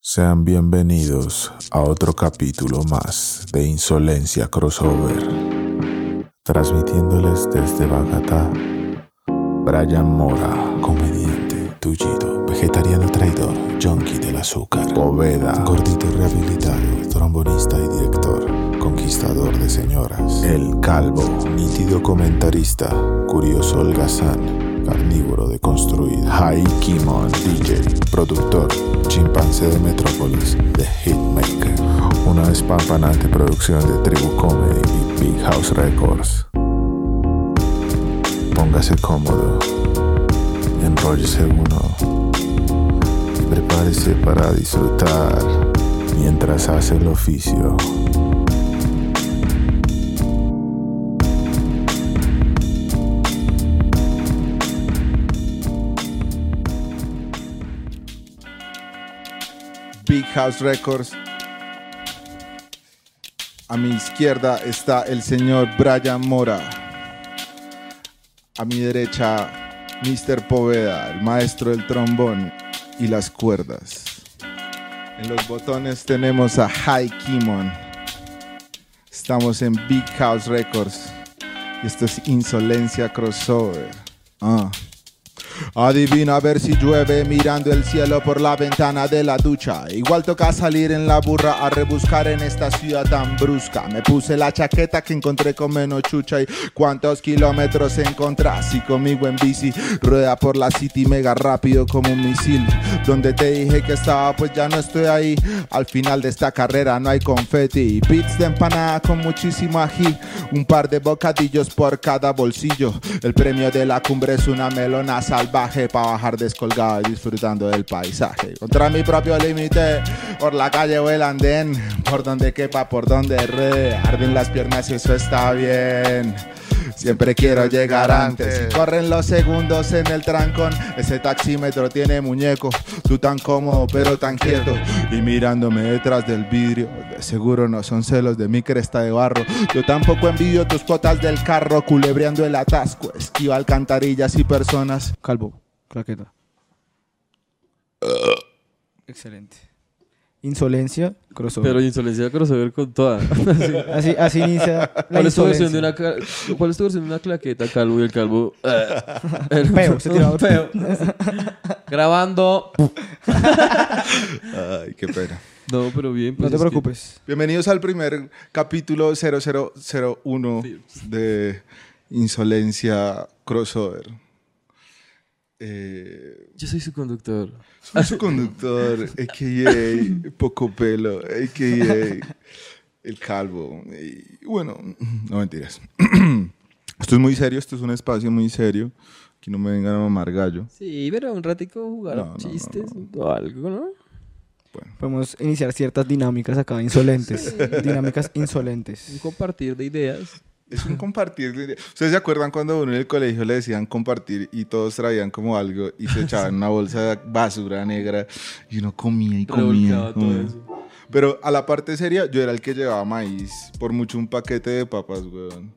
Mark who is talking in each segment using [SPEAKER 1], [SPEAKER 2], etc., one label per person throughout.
[SPEAKER 1] Sean bienvenidos a otro capítulo más de Insolencia Crossover, transmitiéndoles desde Bagata, Brian Mora, comediante, tullido, vegetariano traidor, junkie del azúcar, bóveda, gordito rehabilitado, trombonista y director, conquistador de señoras, el calvo, nítido comentarista, curioso holgazán, carnívoro de construir High Kimon, DJ, productor, chimpancé de Metrópolis, The Hitmaker, una espampanante producción de Tribu Comedy y Big House Records. Póngase cómodo, enróllese uno y prepárese para disfrutar mientras hace el oficio.
[SPEAKER 2] Big House Records. A mi izquierda está el señor Brian Mora. A mi derecha, Mr. Poveda, el maestro del trombón y las cuerdas. En los botones tenemos a High Kimon. Estamos en Big House Records. Y esto es Insolencia Crossover. Ah. Adivina a ver si llueve mirando el cielo por la ventana de la ducha. Igual toca salir en la burra a rebuscar en esta ciudad tan brusca. Me puse la chaqueta que encontré con menos chucha y cuántos kilómetros encontrás. Y conmigo en bici, rueda por la city mega rápido como un misil. Donde te dije que estaba, pues ya no estoy ahí. Al final de esta carrera no hay confeti. Pits de empanada con muchísimo ají. Un par de bocadillos por cada bolsillo. El premio de la cumbre es una melona salvaje para bajar descolgado y disfrutando del paisaje. Contra mi propio límite, por la calle o el andén, por donde quepa, por donde re, arden las piernas y eso está bien. Siempre quiero llegar antes. Y Corren los segundos en el trancón. Ese taxímetro tiene muñeco. Tú tan cómodo, pero tan quieto. Y mirándome detrás del vidrio. De seguro no son celos de mi cresta de barro. Yo tampoco envidio tus cuotas del carro. Culebreando el atasco. Esquiva alcantarillas y personas.
[SPEAKER 3] Calvo, claqueta. Excelente. Insolencia, crossover.
[SPEAKER 4] Pero insolencia crossover con toda.
[SPEAKER 3] así, así inicia la
[SPEAKER 4] ¿Cuál es, tu versión de
[SPEAKER 3] insolencia.
[SPEAKER 4] una ca- ¿Cuál es tu versión de una claqueta, calvo? Y el calvo. eh,
[SPEAKER 3] Peo, se tira otro.
[SPEAKER 4] Peo. Grabando.
[SPEAKER 2] Ay, qué pena.
[SPEAKER 4] No, pero bien.
[SPEAKER 3] No
[SPEAKER 4] pues,
[SPEAKER 3] te
[SPEAKER 4] es que-
[SPEAKER 3] preocupes.
[SPEAKER 2] Bienvenidos al primer capítulo 0001 de Insolencia Crossover. Eh,
[SPEAKER 4] Yo soy su conductor.
[SPEAKER 2] Soy su conductor, a.k.a. Poco Pelo, a.k.a. El Calvo. Y bueno, no mentiras. Esto es muy serio, esto es un espacio muy serio. Que no me vengan a mamar gallo.
[SPEAKER 4] Sí, pero un ratico jugar
[SPEAKER 2] No, no,
[SPEAKER 4] chistes o algo, ¿no?
[SPEAKER 3] Podemos iniciar ciertas dinámicas acá insolentes. Dinámicas
[SPEAKER 4] Un
[SPEAKER 3] insolentes.
[SPEAKER 4] compartir de ideas.
[SPEAKER 2] Es un compartir. de- ¿Ustedes se acuerdan cuando uno en el colegio le decían compartir y todos traían como algo y se echaban una bolsa de basura negra y uno comía y comía?
[SPEAKER 4] Revolcaba todo
[SPEAKER 2] comía.
[SPEAKER 4] eso.
[SPEAKER 2] Pero a la parte seria, yo era el que llevaba maíz, por mucho un paquete de papas, weón.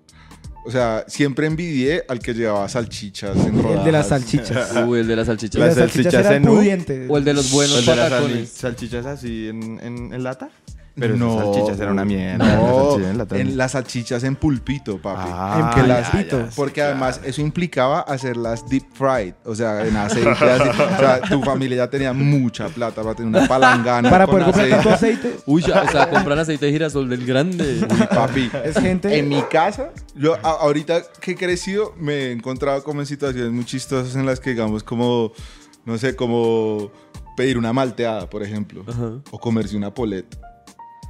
[SPEAKER 2] O sea, siempre envidié al que llevaba salchichas en
[SPEAKER 3] El de las
[SPEAKER 2] rodajas.
[SPEAKER 3] salchichas.
[SPEAKER 4] Uy, el de las
[SPEAKER 3] Las,
[SPEAKER 4] salchichas.
[SPEAKER 5] Las
[SPEAKER 3] salchichas,
[SPEAKER 5] salchichas
[SPEAKER 3] eran
[SPEAKER 5] en U.
[SPEAKER 3] pudientes.
[SPEAKER 4] O el de los buenos
[SPEAKER 5] El de las sali-
[SPEAKER 4] patacones.
[SPEAKER 5] salchichas así en, en, en lata. Pero
[SPEAKER 2] No,
[SPEAKER 5] esas salchichas eran una mierda. las
[SPEAKER 2] No,
[SPEAKER 5] salchichas en lata.
[SPEAKER 2] en las salchichas en pulpito, papi.
[SPEAKER 5] Ah,
[SPEAKER 2] En que
[SPEAKER 5] ya,
[SPEAKER 2] las-
[SPEAKER 5] ya, sí,
[SPEAKER 2] porque además eso implicaba hacerlas deep fried, o sea, en aceite. así. O sea, tu familia ya tenía mucha plata para tener una palangana
[SPEAKER 3] Para
[SPEAKER 2] con
[SPEAKER 3] poder comprar tanto
[SPEAKER 2] aceite.
[SPEAKER 3] aceite.
[SPEAKER 4] Uy, ya, o sea, comprar aceite de girasol del grande.
[SPEAKER 2] Uy, papi.
[SPEAKER 3] Es gente.
[SPEAKER 2] En mi casa, yo a- ahorita que he crecido, me he encontrado como en situaciones muy chistosas en las que, digamos, como, no sé, como pedir una malteada, por ejemplo,
[SPEAKER 4] Ajá.
[SPEAKER 2] o comerse una poleta.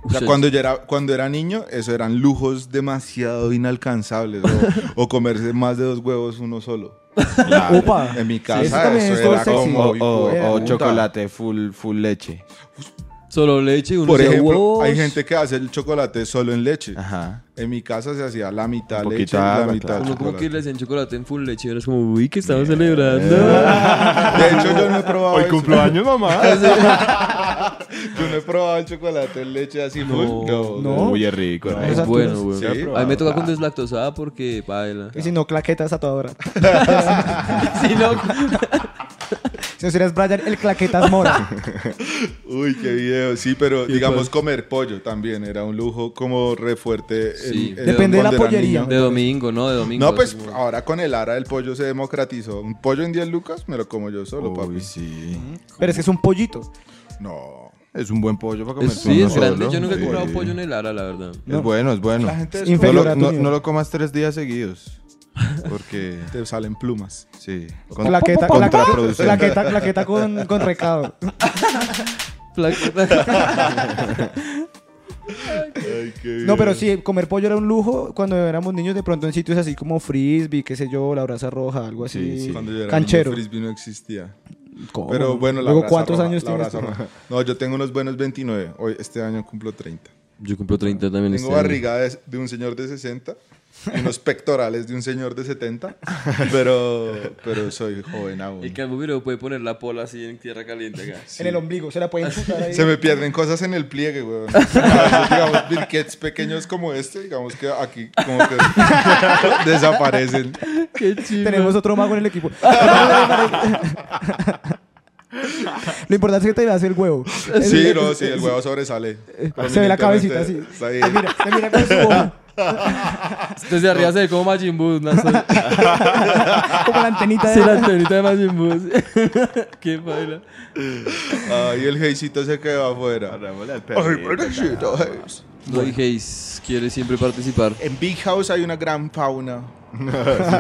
[SPEAKER 2] O
[SPEAKER 4] Uy,
[SPEAKER 2] sea,
[SPEAKER 4] ya-
[SPEAKER 2] cuando yo era, cuando era niño, eso eran lujos demasiado inalcanzables. O, o comerse más de dos huevos uno solo.
[SPEAKER 5] claro.
[SPEAKER 3] Upa.
[SPEAKER 2] En mi
[SPEAKER 3] Sí, eso
[SPEAKER 2] casa,
[SPEAKER 3] también
[SPEAKER 2] eso,
[SPEAKER 3] es todo
[SPEAKER 2] era
[SPEAKER 3] sexy.
[SPEAKER 2] como.
[SPEAKER 5] O, o-
[SPEAKER 2] "Hijo de
[SPEAKER 5] o
[SPEAKER 2] puta".
[SPEAKER 5] chocolate full, full leche.
[SPEAKER 4] Solo leche y uno
[SPEAKER 2] Por
[SPEAKER 4] dice,
[SPEAKER 2] ejemplo,
[SPEAKER 4] "Wow".
[SPEAKER 2] hay gente que hace el chocolate solo en leche.
[SPEAKER 5] Ajá.
[SPEAKER 2] En mi casa se hacía la mitad
[SPEAKER 5] Un poquito
[SPEAKER 2] leche,
[SPEAKER 5] de
[SPEAKER 2] la
[SPEAKER 5] agua,
[SPEAKER 2] mitad
[SPEAKER 5] claro.
[SPEAKER 4] Uno como
[SPEAKER 2] chocolate.
[SPEAKER 4] que le hacían chocolate en full leche y eras como, uy, que estamos celebrando.
[SPEAKER 2] De hecho, yo no he probado
[SPEAKER 5] Hoy
[SPEAKER 2] eso.
[SPEAKER 5] cumplo años, mamá.
[SPEAKER 2] Yo no he probado el chocolate en leche así
[SPEAKER 4] No,
[SPEAKER 2] full. No.
[SPEAKER 3] No.
[SPEAKER 5] Uy, es rico.
[SPEAKER 3] No,
[SPEAKER 5] ¿eh?
[SPEAKER 4] Es
[SPEAKER 3] sea, tú
[SPEAKER 4] bueno,
[SPEAKER 3] no-
[SPEAKER 4] güey.
[SPEAKER 2] Sí.
[SPEAKER 4] A mí me toca con deslactosada porque baila.
[SPEAKER 3] Y si no, claquetas a toda hora.
[SPEAKER 4] si no,
[SPEAKER 6] Si no eres Brian, el claquetas mora.
[SPEAKER 2] Uy, qué video. Sí, pero
[SPEAKER 4] Qué
[SPEAKER 2] digamos
[SPEAKER 4] padre.
[SPEAKER 2] comer pollo también era un lujo como re fuerte.
[SPEAKER 4] Sí.
[SPEAKER 2] el- el
[SPEAKER 6] Depende de la
[SPEAKER 2] cuando era
[SPEAKER 6] pollería.
[SPEAKER 2] niño.
[SPEAKER 4] De domingo, ¿no? De domingo.
[SPEAKER 2] No, pues
[SPEAKER 4] así como-
[SPEAKER 2] ahora con el ara el pollo se democratizó. Un pollo en 10 lucas me lo como yo solo, papi.
[SPEAKER 5] Uy, sí.
[SPEAKER 6] Pero es que es un pollito.
[SPEAKER 2] no.
[SPEAKER 5] Es un buen pollo para
[SPEAKER 2] pues,
[SPEAKER 5] comer.
[SPEAKER 4] Es- sí, es grande. Yo nunca he
[SPEAKER 5] comprado
[SPEAKER 4] comprado pollo en el Ara, la verdad.
[SPEAKER 5] Es bueno, es bueno.
[SPEAKER 2] La gente
[SPEAKER 6] Es
[SPEAKER 2] descubre-
[SPEAKER 5] No
[SPEAKER 6] inferior
[SPEAKER 5] lo,
[SPEAKER 6] a tu
[SPEAKER 5] no-
[SPEAKER 6] nivel.
[SPEAKER 5] no lo comas tres días seguidos. Porque,
[SPEAKER 2] te salen plumas.
[SPEAKER 5] sí. con-
[SPEAKER 6] Claqueta,
[SPEAKER 5] contraproducente.
[SPEAKER 6] claqueta, claqueta con, con recado. No, pero sí, comer pollo era un lujo cuando éramos niños, de pronto en sitios así como frisbee, qué sé yo, la brasa roja, algo así.
[SPEAKER 5] Sí, sí.
[SPEAKER 2] Cuando yo era
[SPEAKER 6] Canchero.
[SPEAKER 2] niño, frisbee no existía.
[SPEAKER 6] ¿Cómo?
[SPEAKER 2] Pero bueno, la
[SPEAKER 6] Luego
[SPEAKER 2] brasa
[SPEAKER 6] cuántos
[SPEAKER 2] roja,
[SPEAKER 6] años
[SPEAKER 2] la
[SPEAKER 6] tienes.
[SPEAKER 2] brasa
[SPEAKER 6] tú?
[SPEAKER 2] roja. No, yo tengo unos buenos 29. Hoy, este año cumplo 30.
[SPEAKER 4] Yo cumplo 30
[SPEAKER 6] Este
[SPEAKER 4] también. este
[SPEAKER 2] Tengo barriga de, de un señor de 60, y unos pectorales de un señor de 70, pero, pero soy joven aún.
[SPEAKER 4] El calvo Viro puede poner la pola así en tierra caliente acá.
[SPEAKER 6] En el ombligo, se la pueden chutar ahí.
[SPEAKER 2] Se me pierden cosas en el pliegue, güey. A veces, digamos, birquets pequeños como este, digamos que aquí como que desaparecen.
[SPEAKER 4] Qué chido.
[SPEAKER 6] Tenemos otro mago en el equipo. Lo importante es que te veas el huevo.
[SPEAKER 2] Sí, no, sí, el huevo sobresale.
[SPEAKER 6] Se ve la cabecita así.
[SPEAKER 2] Prominentemente, está
[SPEAKER 6] Te
[SPEAKER 2] bien.
[SPEAKER 6] mira, te mira con su boca,
[SPEAKER 4] Desde arriba se ve como Majin Buu. ¿no? Sí,
[SPEAKER 6] como la antenita de...
[SPEAKER 4] la antenita de Majin Buu. Qué baila.
[SPEAKER 2] Ay, el jeycito se quedó afuera. Ay, pobrecito, Hayes.
[SPEAKER 4] No dijéis, quiere siempre participar.
[SPEAKER 2] En Big House hay una gran fauna.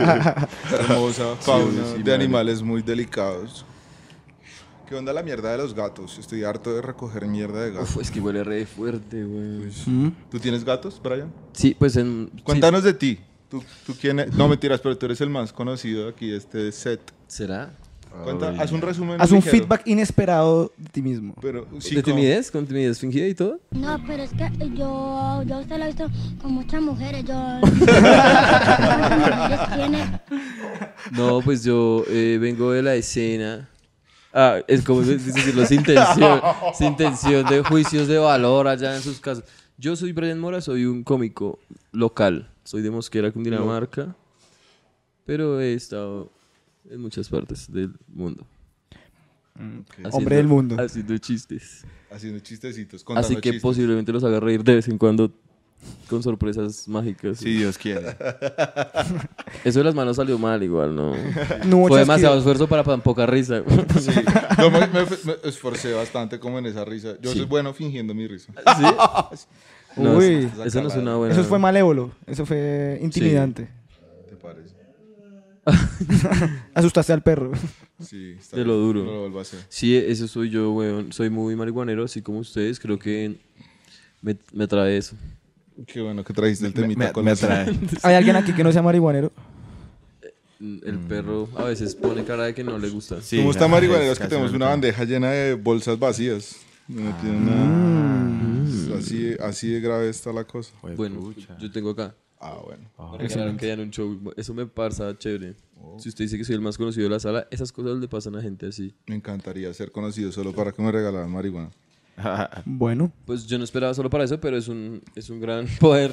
[SPEAKER 2] Hermosa fauna
[SPEAKER 5] sí,
[SPEAKER 2] de
[SPEAKER 5] madre.
[SPEAKER 2] animales muy delicados. ¿Qué onda la mierda de los gatos? Estoy harto de recoger mierda de gatos.
[SPEAKER 4] Uf, es que huele re fuerte, güey.
[SPEAKER 2] ¿Tú tienes gatos, Brian?
[SPEAKER 4] Mm. Sí, pues en. sí.
[SPEAKER 2] Pues, Cuéntanos de ti. ¿Tú, tú quién es? No, mentiras, pero tú eres el más conocido aquí de este set.
[SPEAKER 4] ¿Será?
[SPEAKER 5] Ah,
[SPEAKER 2] Cuenta, haz un resumen.
[SPEAKER 6] Haz un
[SPEAKER 2] ligero.
[SPEAKER 6] feedback inesperado de ti mismo.
[SPEAKER 2] Pero, sí,
[SPEAKER 4] ¿De
[SPEAKER 2] como-
[SPEAKER 4] timidez? ¿Con timidez fingida y todo?
[SPEAKER 7] No, pero es que yo, yo a usted lo he visto con muchas mujeres. Yo. mujeres tiene?
[SPEAKER 4] No, pues yo eh, vengo de la escena. Ah, es como se- se- decirlo, sin tensión, sin tensión de juicios de valor allá en sus casas. Yo soy Brian Mora, soy un cómico local. Soy de Mosquera, Cundinamarca. Pero he estado en muchas partes del mundo. Haciendo-
[SPEAKER 6] Hombre del mundo.
[SPEAKER 4] Haciendo chistes.
[SPEAKER 2] Haciendo chistecitos.
[SPEAKER 4] Así que
[SPEAKER 2] chistes.
[SPEAKER 4] posiblemente los haga reír de vez en cuando con sorpresas mágicas.
[SPEAKER 5] Si Dios quiere.
[SPEAKER 4] Eso de las manos salió mal igual, ¿no?
[SPEAKER 6] No muchas
[SPEAKER 4] Fue demasiado
[SPEAKER 6] que-
[SPEAKER 4] esfuerzo para tan poca risa.
[SPEAKER 2] Sí. Yo me, me- me esforcé bastante como en esa risa. Yo
[SPEAKER 4] Sí.
[SPEAKER 2] soy bueno fingiendo mi risa.
[SPEAKER 4] No,
[SPEAKER 6] Uy.
[SPEAKER 4] eso- eso no es una buena.
[SPEAKER 6] Eso fue malévolo. Eso fue intimidante.
[SPEAKER 2] ¿Te parece?
[SPEAKER 6] Asustaste al perro.
[SPEAKER 2] Sí, está
[SPEAKER 4] De lo
[SPEAKER 2] bien.
[SPEAKER 4] duro.
[SPEAKER 2] No lo vuelvo a hacer.
[SPEAKER 4] Sí, eso soy yo, weón. Soy muy marihuanero, así como ustedes. Creo que me, me trae eso.
[SPEAKER 2] Qué bueno que trajiste el
[SPEAKER 5] Me,
[SPEAKER 2] temita
[SPEAKER 5] me-
[SPEAKER 2] con
[SPEAKER 5] me
[SPEAKER 2] la-
[SPEAKER 5] atrae.
[SPEAKER 6] ¿Hay alguien aquí que no sea marihuanero?
[SPEAKER 4] El
[SPEAKER 6] Mm.
[SPEAKER 4] perro a veces pone cara de que no le gusta.
[SPEAKER 5] Sí,
[SPEAKER 2] Como está
[SPEAKER 5] no,
[SPEAKER 2] marihuaneros que
[SPEAKER 5] casi
[SPEAKER 2] tenemos
[SPEAKER 5] no
[SPEAKER 2] una
[SPEAKER 5] lo
[SPEAKER 2] bandeja llena de bolsas vacías. No tiene
[SPEAKER 4] Mm.
[SPEAKER 2] nada. Así, así de grave está la cosa.
[SPEAKER 6] Pues,
[SPEAKER 5] tengo.
[SPEAKER 4] Bueno,
[SPEAKER 5] Juepucha.
[SPEAKER 4] yo tengo acá.
[SPEAKER 2] Ah, bueno.
[SPEAKER 4] Me regalaron que hayan un show. Eso me pasa chévere.
[SPEAKER 6] Oh.
[SPEAKER 4] Si usted dice que soy el más conocido de la sala, esas cosas le pasan a gente así.
[SPEAKER 2] Me encantaría ser conocido solo para que me regalaran marihuana.
[SPEAKER 6] Bueno.
[SPEAKER 4] Pues yo no esperaba solo para eso, pero es un, es un gran poder.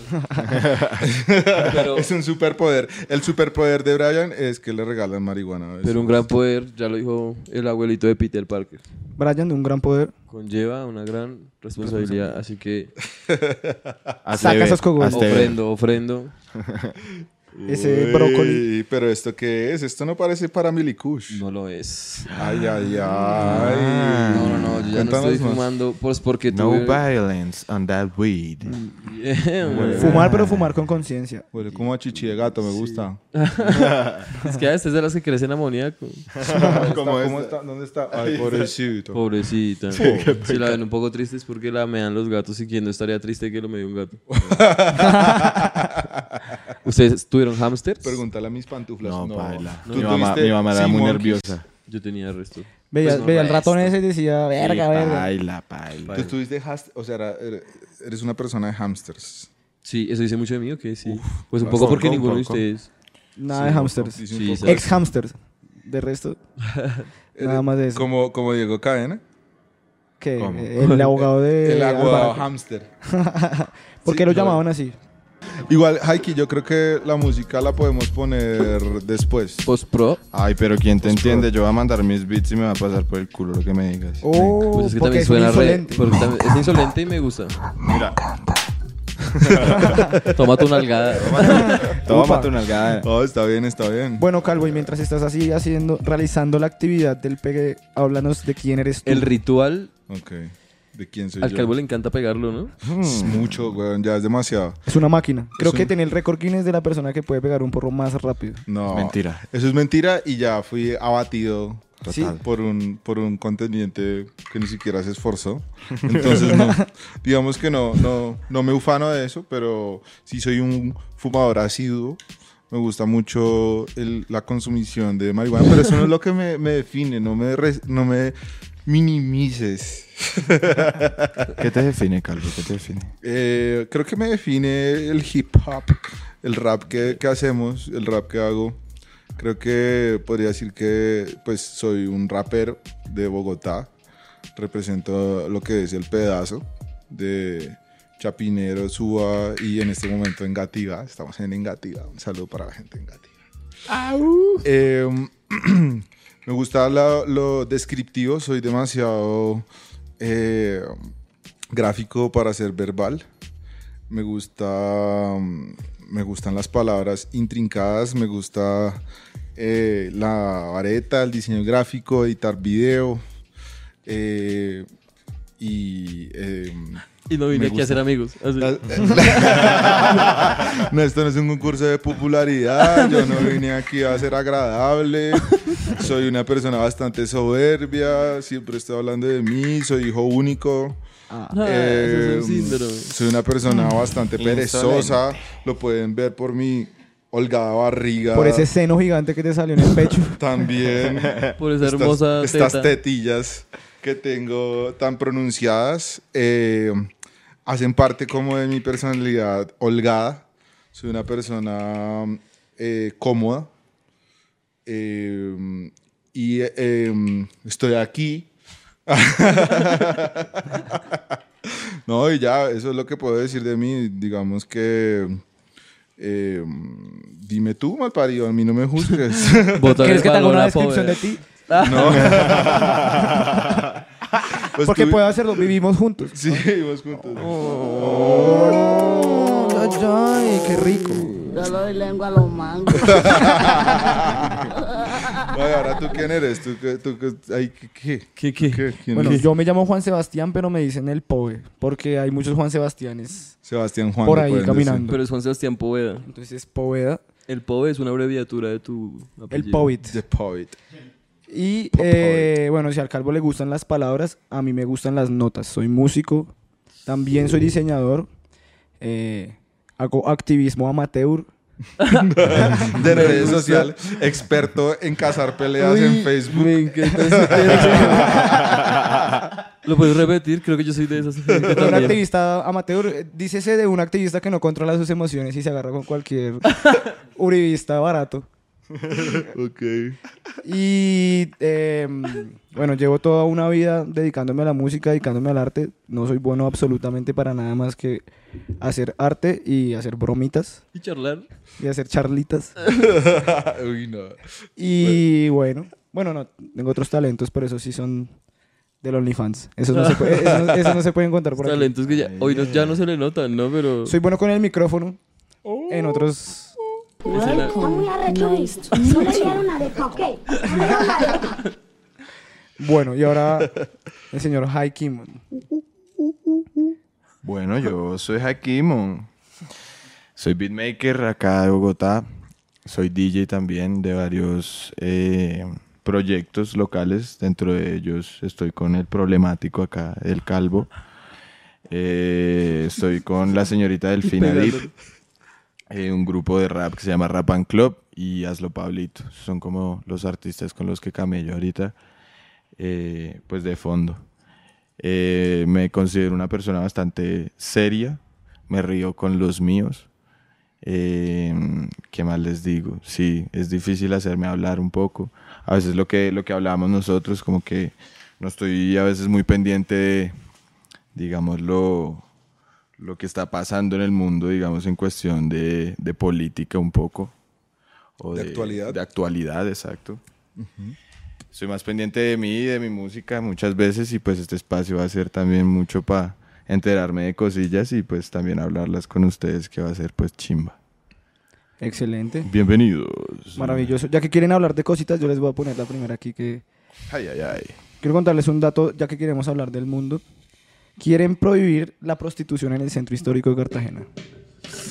[SPEAKER 4] pero,
[SPEAKER 2] Es un superpoder. El superpoder de Brian es que le regalan marihuana. Es-
[SPEAKER 4] pero un gran poder, ya lo dijo el abuelito de Peter Parker.
[SPEAKER 6] Brian de un gran poder.
[SPEAKER 4] Conlleva una gran responsabilidad, así que
[SPEAKER 5] Hazte
[SPEAKER 6] Saca
[SPEAKER 5] ver,
[SPEAKER 6] esos cogollos.
[SPEAKER 5] hazte ver.
[SPEAKER 4] ofrendo, ofrendo.
[SPEAKER 6] Ese
[SPEAKER 2] Uy,
[SPEAKER 6] brócoli.
[SPEAKER 2] Pero esto qué es? Esto no parece para Milikush.
[SPEAKER 4] No lo es.
[SPEAKER 2] Ay, ay, ay.
[SPEAKER 4] No, no, no, yo ya no
[SPEAKER 2] Ah, Cuéntanos
[SPEAKER 4] estoy
[SPEAKER 2] más.
[SPEAKER 4] fumando, pues porque
[SPEAKER 5] No
[SPEAKER 4] tuve...
[SPEAKER 5] violence on that weed.
[SPEAKER 4] Mm. Yeah, güey.
[SPEAKER 6] Fumar, pero fumar con conciencia.
[SPEAKER 2] Huele como a chichi de gato, me gusta.
[SPEAKER 4] es que a veces de las que crecen amoníaco.
[SPEAKER 2] ¿Cómo está? ¿Cómo está? ¿Dónde está? Ay, pobrecito.
[SPEAKER 4] Pobrecita. si la ven un poco triste es porque la mean los gatos y quien no estaría triste que lo me dio un gato. ¿Ustedes tuvieron hamsters?
[SPEAKER 2] Pregúntale a mis pantuflas.
[SPEAKER 5] No,
[SPEAKER 2] No,
[SPEAKER 5] baila.
[SPEAKER 2] ¿Tú
[SPEAKER 5] Mi mamá,
[SPEAKER 2] tuviste
[SPEAKER 5] mi mamá era
[SPEAKER 2] Sea
[SPEAKER 5] muy
[SPEAKER 2] Monkeys?
[SPEAKER 5] nerviosa.
[SPEAKER 4] Yo tenía resto.
[SPEAKER 6] Veía,
[SPEAKER 4] Pues no
[SPEAKER 6] veía el
[SPEAKER 4] resta.
[SPEAKER 6] ratón ese y decía, verga,
[SPEAKER 5] Sí,
[SPEAKER 6] verga.
[SPEAKER 5] Paila, paila.
[SPEAKER 2] Tú estuviste, hast- o sea, era- er- eres una persona de hamsters.
[SPEAKER 4] Sí, eso dice mucho de mí o qué, sí. pues un poco porque
[SPEAKER 5] con,
[SPEAKER 4] ninguno de
[SPEAKER 5] con, con.
[SPEAKER 4] ustedes.
[SPEAKER 6] Nada de hamsters.
[SPEAKER 2] Dice un
[SPEAKER 4] Sí,
[SPEAKER 2] poco.
[SPEAKER 4] ¿sabes?
[SPEAKER 6] Ex hamsters. De resto, nada más de eso.
[SPEAKER 2] Como, como Diego Cadena.
[SPEAKER 6] Que
[SPEAKER 5] ¿Cómo?
[SPEAKER 6] el abogado de.
[SPEAKER 2] el
[SPEAKER 6] Álvaro.
[SPEAKER 2] agua hamster.
[SPEAKER 6] ¿Por
[SPEAKER 2] Sí,
[SPEAKER 6] qué
[SPEAKER 2] lo-
[SPEAKER 6] lo llamaban así?
[SPEAKER 2] Igual, Haiki, yo creo que la música la podemos poner después.
[SPEAKER 4] Post-pro.
[SPEAKER 5] Ay, pero ¿quién te entiende? Yo voy a mandar mis beats y me va a pasar por el culo lo que me digas.
[SPEAKER 6] Oh,
[SPEAKER 4] Pues es que
[SPEAKER 6] porque
[SPEAKER 4] también
[SPEAKER 6] es un
[SPEAKER 4] suena re.
[SPEAKER 6] insolente.
[SPEAKER 4] porque también- es insolente y me gusta.
[SPEAKER 5] Mira,
[SPEAKER 4] Toma tu nalgada.
[SPEAKER 5] toma tu nalgada.
[SPEAKER 2] Oh, está bien, está bien.
[SPEAKER 6] Bueno, Calvo, y mientras estás así haciendo, realizando la actividad del pegue, háblanos de quién eres tú.
[SPEAKER 4] El ritual.
[SPEAKER 2] Ok. ¿De quién soy
[SPEAKER 4] Al
[SPEAKER 2] yo?
[SPEAKER 4] calvo le encanta pegarlo, ¿no?
[SPEAKER 2] Es mucho, weón, ya es demasiado.
[SPEAKER 6] es una máquina. Creo
[SPEAKER 2] Es
[SPEAKER 6] que
[SPEAKER 2] un-
[SPEAKER 6] tiene el récord Guinness de la persona que puede pegar un porro más rápido.
[SPEAKER 2] No.
[SPEAKER 5] Mentira.
[SPEAKER 2] Eso es mentira y ya fui abatido
[SPEAKER 6] Sí.
[SPEAKER 2] por un por un contendiente que ni siquiera se esforzó. Entonces no, digamos que no no no me ufano de eso, pero sí soy un fumador asiduo. Me gusta mucho el- la consumición de marihuana, pero eso no es lo que me, me define, no me re- no me minimices.
[SPEAKER 5] ¿Qué te define, Calvo? ¿Qué te define?
[SPEAKER 2] Eh, creo que me define el hip hop, el rap que, que hacemos, el rap que hago. Creo que podría decir que pues soy un rapero de Bogotá. Represento lo que es el pedazo de Chapinero, Suba y en este momento Engativá. Estamos en Engativá. Un saludo para la gente de Engativá. Eh, me gusta la- lo descriptivo, soy demasiado eh, gráfico para ser verbal. Me gusta, mm, me gustan las palabras intrincadas, me gusta eh, la vareta, el diseño gráfico, editar video eh, y em,
[SPEAKER 4] Y no
[SPEAKER 2] Me
[SPEAKER 4] vine aquí
[SPEAKER 2] gusta.
[SPEAKER 4] a ser amigos. Ah, Así.
[SPEAKER 2] no, esto no es un concurso de popularidad. Yo no vine aquí a ser agradable. Soy una persona bastante soberbia. Siempre estoy hablando de mí. Soy hijo único.
[SPEAKER 4] Ah, eso
[SPEAKER 2] Eh,
[SPEAKER 4] es un síndrome. Mm.
[SPEAKER 2] soy una persona bastante perezosa. Lo pueden ver por mi holgada barriga.
[SPEAKER 6] Por ese seno gigante que te salió en el pecho.
[SPEAKER 2] También.
[SPEAKER 4] Por esa
[SPEAKER 2] Estas-
[SPEAKER 4] hermosa
[SPEAKER 2] estas,
[SPEAKER 4] teta.
[SPEAKER 2] tetillas que tengo tan pronunciadas eh, hacen parte como de mi personalidad holgada. Soy una persona eh, cómoda eh, y eh, eh, estoy aquí. no, y ya, eso es lo que puedo decir de mí. Digamos que... eh, dime tú, malparido, a mí no me juzgues.
[SPEAKER 4] Botar
[SPEAKER 6] ¿Quieres
[SPEAKER 4] el
[SPEAKER 6] que te haga
[SPEAKER 4] balón
[SPEAKER 6] una
[SPEAKER 4] a
[SPEAKER 6] descripción de
[SPEAKER 4] Pover.
[SPEAKER 6] ti?
[SPEAKER 2] Pues
[SPEAKER 6] Porque
[SPEAKER 2] tú-
[SPEAKER 6] puedo hacerlo, vivimos juntos.
[SPEAKER 2] Sí, vos juntos.
[SPEAKER 6] Ay, qué rico.
[SPEAKER 7] Yo lo doy lengua a los mangos.
[SPEAKER 2] Vale, ahora tú quién eres, tú qué, tú qué, ay, ¿qué, qué,
[SPEAKER 4] ¿Qué, qué?
[SPEAKER 2] qué? quién
[SPEAKER 6] Bueno,
[SPEAKER 2] eres?
[SPEAKER 6] yo me llamo Juan Sebastián, pero me dicen el poe, porque hay muchos Juan Sebastianes.
[SPEAKER 2] Sebastián Juan.
[SPEAKER 6] Por
[SPEAKER 2] le
[SPEAKER 6] ahí
[SPEAKER 2] pueden
[SPEAKER 6] caminando.
[SPEAKER 4] Pero es Juan Sebastián Poveda.
[SPEAKER 6] Entonces, poeda,
[SPEAKER 4] El Pove es una abreviatura de tu
[SPEAKER 6] el
[SPEAKER 4] apellido.
[SPEAKER 6] poet.
[SPEAKER 2] decir. The Poet.
[SPEAKER 6] Y eh, bueno, si al calvo le gustan las palabras, a mí me gustan las notas. Soy músico, también soy diseñador, eh, hago activismo amateur.
[SPEAKER 2] De redes sociales, experto en cazar peleas en Facebook.
[SPEAKER 4] ¿Lo puedes repetir? Creo que yo soy de esas. gente
[SPEAKER 6] Pero un
[SPEAKER 4] también.
[SPEAKER 6] activista amateur, eh, dícese de un activista que no controla sus emociones y se agarra con cualquier uribista barato. Y eh, bueno, llevo toda una vida dedicándome a la música, dedicándome al arte. No soy bueno absolutamente para nada más que hacer arte y hacer bromitas
[SPEAKER 4] Y charlar.
[SPEAKER 6] y hacer charlitas.
[SPEAKER 2] Uy, no.
[SPEAKER 6] Y bueno, bueno, no, tengo otros talentos, pero esos sí son del OnlyFans. Esos no se, puede, esos no- esos no se pueden contar por aquí.
[SPEAKER 4] Talentos que ya, hoy no- ya no se le notan, ¿no? Pero
[SPEAKER 6] Soy bueno con el micrófono.
[SPEAKER 2] Oh.
[SPEAKER 6] En otros.
[SPEAKER 7] Está muy arrecho. No le dieron la de ¿ok? No le dieron la de
[SPEAKER 6] Bueno, y ahora el señor Haikimon.
[SPEAKER 5] Bueno, yo soy Hakimon. Soy beatmaker acá de Bogotá. Soy DJ también de varios eh, proyectos locales. Dentro de ellos estoy con el problemático acá, el calvo. Eh, estoy con la señorita Delfina Deep. eh, un grupo de rap que se llama Rapan Club y Hazlo Pablito. Son como los artistas con los que camello ahorita. eh, pues de fondo. Eh, me considero una persona bastante seria. Me río con los míos. Eh, ¿Qué más les digo? Sí, es difícil hacerme hablar un poco. A veces lo que, lo que hablábamos nosotros, como que no estoy a veces muy pendiente de, digámoslo, lo que está pasando en el mundo, digamos, en cuestión de, de política un poco. O
[SPEAKER 2] De actualidad.
[SPEAKER 5] De actualidad, exacto. Soy más pendiente de mí y de mi música muchas veces y pues este espacio va a ser también mucho para enterarme de cosillas y pues también hablarlas con ustedes que va a ser pues chimba.
[SPEAKER 6] Excelente.
[SPEAKER 5] Bienvenidos.
[SPEAKER 2] Pues,
[SPEAKER 6] Maravilloso. Ya que quieren hablar de cositas, yo les voy a poner la primera aquí que...
[SPEAKER 5] Ay, ay, ay.
[SPEAKER 6] Quiero contarles un dato, ya que queremos hablar del mundo. Quieren prohibir la prostitución en el centro histórico de Cartagena.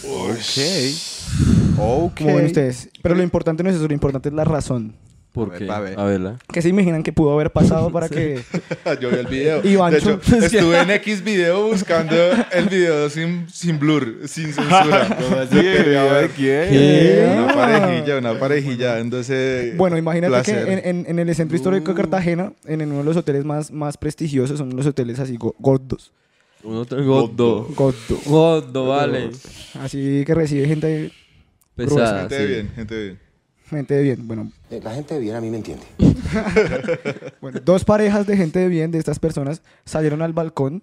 [SPEAKER 5] Ok. Ok.
[SPEAKER 6] Como ven ustedes. Pero lo importante no es eso, lo importante es la razón.
[SPEAKER 4] ¿Por
[SPEAKER 5] A ver,
[SPEAKER 4] qué?
[SPEAKER 5] va a ver.
[SPEAKER 4] A verla.
[SPEAKER 6] ¿Qué se imaginan que pudo haber pasado para que...
[SPEAKER 2] Yo vi el video.
[SPEAKER 6] Iván
[SPEAKER 2] de hecho,
[SPEAKER 6] Chum-
[SPEAKER 2] estuve en X video buscando el video sin, sin blur, sin censura.
[SPEAKER 5] ¿Cómo así?
[SPEAKER 2] Quería ver
[SPEAKER 4] ¿Qué?
[SPEAKER 2] Una parejilla, una parejilla dándose.
[SPEAKER 6] Bueno, imagínate
[SPEAKER 2] placer.
[SPEAKER 6] que en, en- en el centro histórico de Cartagena, en uno de los hoteles más, más prestigiosos, son los hoteles así go- gordos.
[SPEAKER 4] Uno, otro- Goddo.
[SPEAKER 6] Gordo.
[SPEAKER 4] Goddo, vale.
[SPEAKER 6] Así que recibe gente,
[SPEAKER 4] Pesada.
[SPEAKER 2] Gente
[SPEAKER 4] Ah, sí.
[SPEAKER 2] bien, gente bien.
[SPEAKER 6] gente de bien. Bueno,
[SPEAKER 8] Eh, La gente bien a mí me entiende.
[SPEAKER 6] Bueno, dos parejas de gente de bien de estas personas salieron al balcón,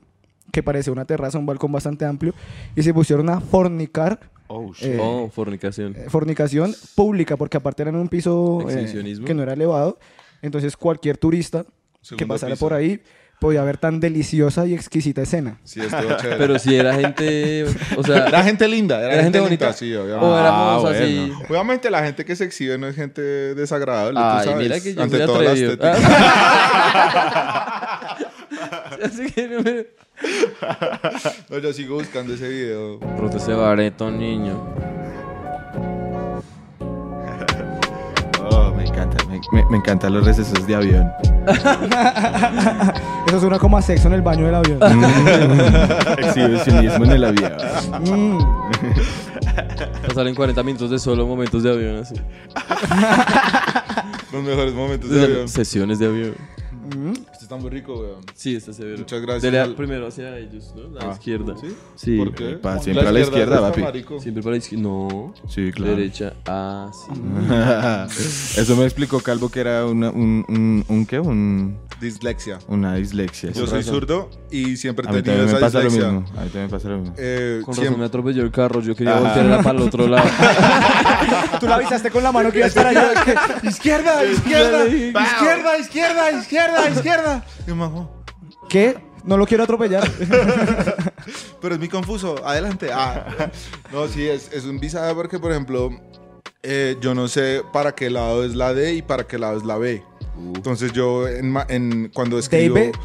[SPEAKER 6] que parecía una terraza, un balcón bastante amplio, y se pusieron a fornicar. eh,
[SPEAKER 4] Oh, fornicación.
[SPEAKER 6] eh, Fornicación pública, porque aparte eran en un piso eh,
[SPEAKER 4] Exhibicionismo.
[SPEAKER 6] que no era elevado. Entonces cualquier turista que
[SPEAKER 2] Segundo
[SPEAKER 6] pasara
[SPEAKER 2] piso.
[SPEAKER 6] por ahí podía ver tan deliciosa y exquisita escena.
[SPEAKER 2] Sí, estuvo chévere.
[SPEAKER 4] Pero si era gente. O sea.
[SPEAKER 2] Era gente linda, era,
[SPEAKER 4] ¿Era
[SPEAKER 2] gente,
[SPEAKER 4] gente
[SPEAKER 2] bonita.
[SPEAKER 4] bonita?
[SPEAKER 2] Sí,
[SPEAKER 4] O
[SPEAKER 2] obviamente.
[SPEAKER 4] éramos
[SPEAKER 5] Ah,
[SPEAKER 4] así.
[SPEAKER 5] bueno.
[SPEAKER 2] Obviamente la gente que se exhibe no es gente desagradable, tú
[SPEAKER 4] Ay,
[SPEAKER 2] sabes.
[SPEAKER 4] mira que yo
[SPEAKER 2] Ante
[SPEAKER 4] soy
[SPEAKER 2] todo, las
[SPEAKER 4] atrevido.
[SPEAKER 2] tetas.
[SPEAKER 4] Así que no me-
[SPEAKER 2] No, yo sigo buscando ese video.
[SPEAKER 4] Pronto se va a ver todo niño.
[SPEAKER 5] Oh, me encanta, me, me- me encantan los recesos de avión.
[SPEAKER 6] Eso suena como a sexo en el baño del avión.
[SPEAKER 5] Exhibicionismo en el avión.
[SPEAKER 6] Mm.
[SPEAKER 4] Nos salen 40 minutos de solo momentos de avión así.
[SPEAKER 2] Los mejores momentos de avión.
[SPEAKER 4] Sesiones de avión.
[SPEAKER 2] Esto está muy rico, weón.
[SPEAKER 4] Sí, está severo.
[SPEAKER 2] Muchas gracias. Ah.
[SPEAKER 4] Dele al- primero hacia ellos, ¿no? A la izquierda.
[SPEAKER 2] ¿Sí?
[SPEAKER 4] Sí.
[SPEAKER 2] ¿Por qué?
[SPEAKER 5] Pa, siempre a la izquierda,
[SPEAKER 2] está
[SPEAKER 5] papi.
[SPEAKER 2] marico.
[SPEAKER 4] Siempre para la izquierda. No.
[SPEAKER 5] Sí, claro.
[SPEAKER 4] Derecha. Ah, sí.
[SPEAKER 5] Eso me explicó Calvo que era una, un, un, un qué, un,
[SPEAKER 2] Dislexia.
[SPEAKER 5] una dislexia.
[SPEAKER 2] Yo soy zurdo y siempre
[SPEAKER 5] A
[SPEAKER 2] he
[SPEAKER 5] mí
[SPEAKER 2] tenido
[SPEAKER 5] también
[SPEAKER 2] esa
[SPEAKER 5] me pasa lo
[SPEAKER 2] dislexia.
[SPEAKER 5] mismo. A mí también me pasa lo mismo.
[SPEAKER 2] Eh,
[SPEAKER 4] Con razón me
[SPEAKER 2] siempre...
[SPEAKER 4] atropelló el carro. Yo quería voltearla para el otro lado.
[SPEAKER 6] Tú la avisaste con la mano que ibas para allá. izquierda, izquierda, izquierda, izquierda, izquierda, izquierda.
[SPEAKER 2] Y me bajó.
[SPEAKER 6] ¿Qué? No lo quiero atropellar.
[SPEAKER 2] Pero es muy confuso. Adelante. Ah. No, sí, es, es un bisagra porque, por ejemplo, eh, yo no sé para qué lado es la D y para qué lado es la B.
[SPEAKER 5] Uh.
[SPEAKER 2] Entonces yo en, ma- en- cuando escribo...
[SPEAKER 6] B?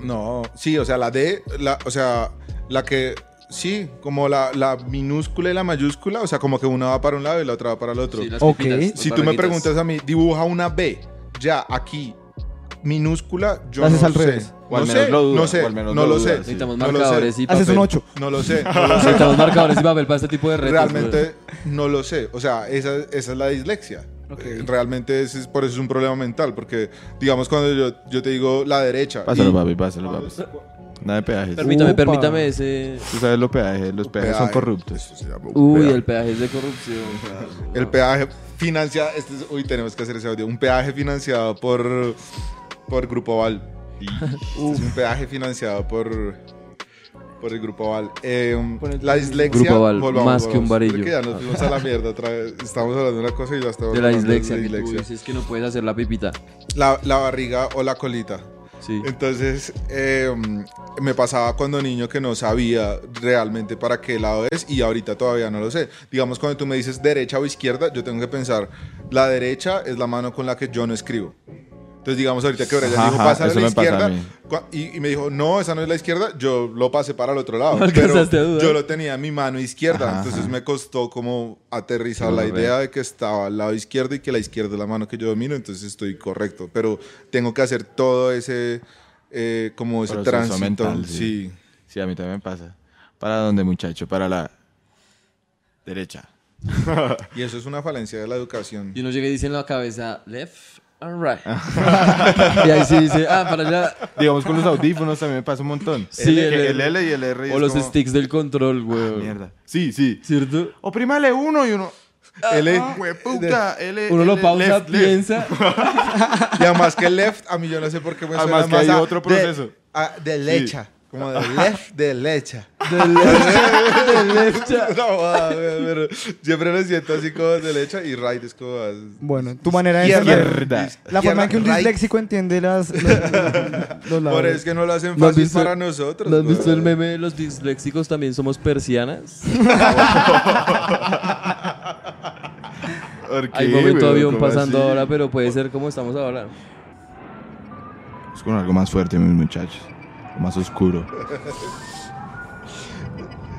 [SPEAKER 2] No, sí, o sea, la D, la, o sea, la que... Sí, como la, la minúscula y la mayúscula, o sea, como que una va para un lado y la otra va para el otro.
[SPEAKER 4] Sí, las
[SPEAKER 6] Ok.
[SPEAKER 4] piquitas, las
[SPEAKER 2] Si tú me
[SPEAKER 4] barriguitas.
[SPEAKER 2] preguntas a mí, dibuja una B, ya aquí, minúscula, yo
[SPEAKER 6] Lo haces
[SPEAKER 2] no
[SPEAKER 6] al
[SPEAKER 2] sé.
[SPEAKER 6] revés.
[SPEAKER 5] O
[SPEAKER 2] No
[SPEAKER 5] al menos
[SPEAKER 2] sé,
[SPEAKER 5] lo dudas,
[SPEAKER 2] no sé,
[SPEAKER 5] o al menos
[SPEAKER 2] no
[SPEAKER 5] lo
[SPEAKER 2] lo
[SPEAKER 5] dudas,
[SPEAKER 2] sé.
[SPEAKER 5] sí.
[SPEAKER 4] Necesitamos
[SPEAKER 2] No lo sé.
[SPEAKER 4] marcadores y papel.
[SPEAKER 6] Haces Ah, un 8.
[SPEAKER 2] No lo sé, no lo sé.
[SPEAKER 4] Necesitamos marcadores y papel para este tipo de retos. güey.
[SPEAKER 2] Realmente no lo sé. O sea, esa, esa es la dislexia. Eh, Realmente ese es, por eso es un problema mental, porque digamos cuando yo, yo te digo la derecha,
[SPEAKER 5] Pásalo,
[SPEAKER 2] y-
[SPEAKER 5] papi, pásalo, papi. Nada de peajes.
[SPEAKER 4] Permítame,
[SPEAKER 6] Upa.
[SPEAKER 4] permítame ese.
[SPEAKER 5] Tú sabes los peajes, los peajes son
[SPEAKER 2] Peaje.
[SPEAKER 5] corruptos.
[SPEAKER 2] Eso se llama un
[SPEAKER 4] Uy,
[SPEAKER 2] peaje.
[SPEAKER 4] el peaje es de corrupción.
[SPEAKER 2] El peaje financiado, este es- uy, tenemos que hacer ese audio, un peaje financiado por, por Grupo Val. Este es un peaje financiado por, por el Grupo Val. Eh, la dislexia,
[SPEAKER 4] Grupo Val, más que un varillo.
[SPEAKER 2] Creo que ya nos fuimos a la mierda otra vez. Estamos hablando de una cosa y ya estamos
[SPEAKER 4] De la
[SPEAKER 2] hablando
[SPEAKER 4] dislexia.
[SPEAKER 2] la,
[SPEAKER 4] que tú
[SPEAKER 2] dislexia.
[SPEAKER 4] dices que no puedes hacer la pipita.
[SPEAKER 2] La- la barriga o la colita.
[SPEAKER 4] Sí.
[SPEAKER 2] Entonces, eh, me pasaba cuando niño que no sabía realmente para qué lado es y ahorita todavía no lo sé. Digamos, cuando tú me dices derecha o izquierda, yo tengo que pensar, la derecha es la mano con la que yo no escribo. Entonces, digamos, ahorita que Brian
[SPEAKER 5] Ajá,
[SPEAKER 2] dijo, pasa a
[SPEAKER 5] eso
[SPEAKER 2] la
[SPEAKER 5] me pasa a
[SPEAKER 2] izquierda,
[SPEAKER 5] mí.
[SPEAKER 2] cua- y, y me dijo, no, esa no es la izquierda, yo lo pasé para el otro lado.
[SPEAKER 4] No
[SPEAKER 2] pero
[SPEAKER 4] alcanzaste a dudar.
[SPEAKER 2] yo lo tenía en mi mano izquierda,
[SPEAKER 5] Ajá,
[SPEAKER 2] entonces
[SPEAKER 5] ajá.
[SPEAKER 2] me costó como aterrizar
[SPEAKER 4] Qué
[SPEAKER 2] la
[SPEAKER 4] horror.
[SPEAKER 2] idea de que estaba al lado izquierdo y que la izquierda es la mano que yo domino, entonces estoy correcto. Pero tengo que hacer todo ese, eh, como ese
[SPEAKER 5] Proceso
[SPEAKER 2] tránsito.
[SPEAKER 5] mental,
[SPEAKER 2] sí.
[SPEAKER 5] sí. Sí, a mí también me pasa. ¿Para dónde, muchacho? Para la derecha.
[SPEAKER 2] Y eso es una falencia de la educación.
[SPEAKER 4] Y uno llega y dice en la cabeza, left and right. y ahí sí dice, ah, para allá.
[SPEAKER 5] Digamos con los audífonos también me pasa un montón.
[SPEAKER 4] Sí,
[SPEAKER 5] el,
[SPEAKER 4] el-
[SPEAKER 5] el L y el R. y
[SPEAKER 4] O
[SPEAKER 5] es
[SPEAKER 4] los
[SPEAKER 5] como,
[SPEAKER 4] sticks del control, güey.
[SPEAKER 5] Ah, Mierda. Sí, sí.
[SPEAKER 4] ¿Cierto?
[SPEAKER 5] Oprímale uno y uno. Ah,
[SPEAKER 2] L,
[SPEAKER 5] Hueputa, L.
[SPEAKER 4] Uno lo
[SPEAKER 5] L,
[SPEAKER 4] pausa,
[SPEAKER 5] Eh, left, left.
[SPEAKER 4] piensa.
[SPEAKER 2] Y además que left, a mí yo no sé por qué me suena
[SPEAKER 5] Además que
[SPEAKER 2] más
[SPEAKER 5] hay
[SPEAKER 2] a
[SPEAKER 5] otro
[SPEAKER 2] de-
[SPEAKER 5] proceso.
[SPEAKER 2] a derecha, como de left, derecha.
[SPEAKER 4] De lecha. De lecha.
[SPEAKER 2] No, va, pero siempre me siento así como de lecha y right es como. ah,
[SPEAKER 6] Bueno, tu manera de
[SPEAKER 2] Izquierda.
[SPEAKER 6] entender. La forma en que un
[SPEAKER 2] Right.
[SPEAKER 6] disléxico entiende las, los, los- los
[SPEAKER 2] Por
[SPEAKER 6] labios.
[SPEAKER 2] eso es que no lo hacen
[SPEAKER 4] ¿No has
[SPEAKER 2] fácil
[SPEAKER 4] visto-
[SPEAKER 2] para nosotros.
[SPEAKER 4] ¿No has visto el
[SPEAKER 2] weón.
[SPEAKER 4] meme de los disléxicos también somos persianas? Hay momento avión pasando ahora, pero puede ser como estamos ahora.
[SPEAKER 5] Es con algo más fuerte, mis muchachos. Más oscuro.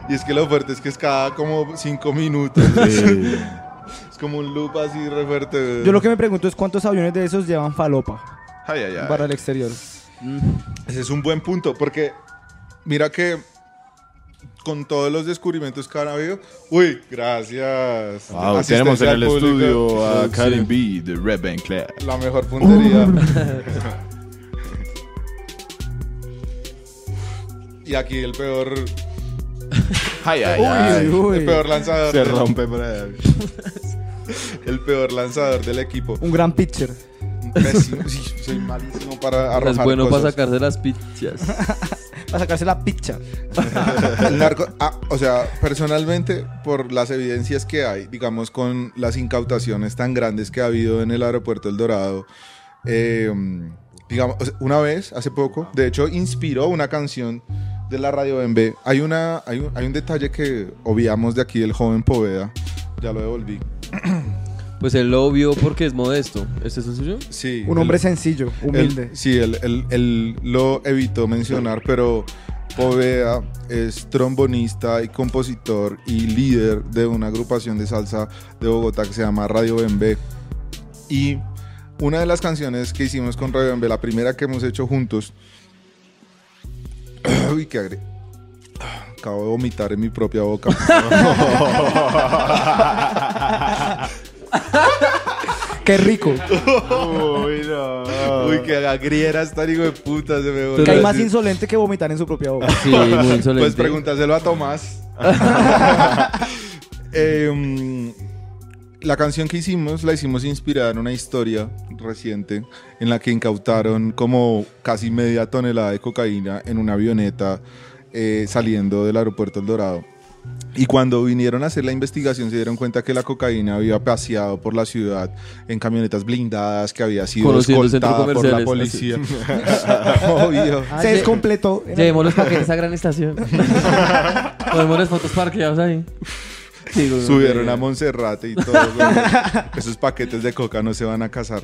[SPEAKER 2] Y es que lo fuerte es que es cada como cinco minutos.
[SPEAKER 5] Sí.
[SPEAKER 2] es como un loop así re fuerte. weón.
[SPEAKER 6] Yo lo que me pregunto es cuántos aviones de esos llevan falopa
[SPEAKER 5] Ay, ay, ay.
[SPEAKER 6] para el exterior.
[SPEAKER 2] Ese es un buen punto, porque mira que con todos los descubrimientos que han habido. Uy, gracias.
[SPEAKER 5] Wow,
[SPEAKER 2] Asistencia
[SPEAKER 5] tenemos en
[SPEAKER 2] al
[SPEAKER 5] el
[SPEAKER 2] público.
[SPEAKER 5] estudio a
[SPEAKER 2] Sí,
[SPEAKER 5] Karim B de Red Band Class.
[SPEAKER 2] La mejor puntería. y aquí el peor,
[SPEAKER 5] Ay, ay, ay.
[SPEAKER 2] el peor lanzador.
[SPEAKER 5] Se
[SPEAKER 2] del-
[SPEAKER 5] rompe por ahí.
[SPEAKER 2] El peor lanzador del equipo.
[SPEAKER 6] Un gran pitcher.
[SPEAKER 2] Pésimo. Sí, soy malísimo para arrojar
[SPEAKER 4] Es bueno para
[SPEAKER 2] cosas.
[SPEAKER 4] sacarse las pichas.
[SPEAKER 6] Para sacarse la picha.
[SPEAKER 2] El narco- ah, o sea, personalmente, por las evidencias que hay, digamos, con las incautaciones tan grandes que ha habido en el aeropuerto El Dorado, eh, digamos, o sea, una vez, hace poco, de hecho, inspiró una canción de la radio BMB. Hay, una, hay, un, hay un detalle que obviamos de aquí del joven Poveda, ya lo devolví.
[SPEAKER 4] Pues él lo vio porque es modesto. ¿Este es el suyo?
[SPEAKER 2] Sí,
[SPEAKER 6] Un
[SPEAKER 2] el-
[SPEAKER 6] hombre sencillo, humilde.
[SPEAKER 2] Él- sí, él, él- él lo evitó mencionar, pero Poveda es trombonista y compositor y líder de una agrupación de salsa de Bogotá que se llama Radio Bembe. Y una de las canciones que hicimos con Radio Bembe, la primera que hemos hecho juntos, uy, qué agri... Acabo de vomitar en mi propia boca.
[SPEAKER 6] Qué rico.
[SPEAKER 2] Uy, qué agriera está, hijo de puta, se me
[SPEAKER 6] Que
[SPEAKER 2] volvió
[SPEAKER 6] hay
[SPEAKER 4] Pero
[SPEAKER 6] más
[SPEAKER 2] así.
[SPEAKER 6] insolente que vomitar en su propia boca.
[SPEAKER 4] Sí, muy insolente.
[SPEAKER 2] Pues pregúntaselo a Tomás. Em, la canción que hicimos la hicimos inspirada en una historia reciente en la que incautaron como casi media tonelada de cocaína en una avioneta eh, saliendo del aeropuerto El Dorado. Y cuando vinieron a hacer la investigación se dieron cuenta que la cocaína había paseado por la ciudad en camionetas blindadas, que había sido
[SPEAKER 4] Conociendo centros
[SPEAKER 2] escoltada por la policía.
[SPEAKER 4] comerciales,
[SPEAKER 2] Obvio.
[SPEAKER 5] Ah,
[SPEAKER 6] Se descompletó. en-
[SPEAKER 4] Llevemos los paquetes a gran estación. Podemos las fotos parqueadas ahí. Sí, güey.
[SPEAKER 2] Subieron a Monserrate y todo. güey. Esos paquetes de coca no se van a casar.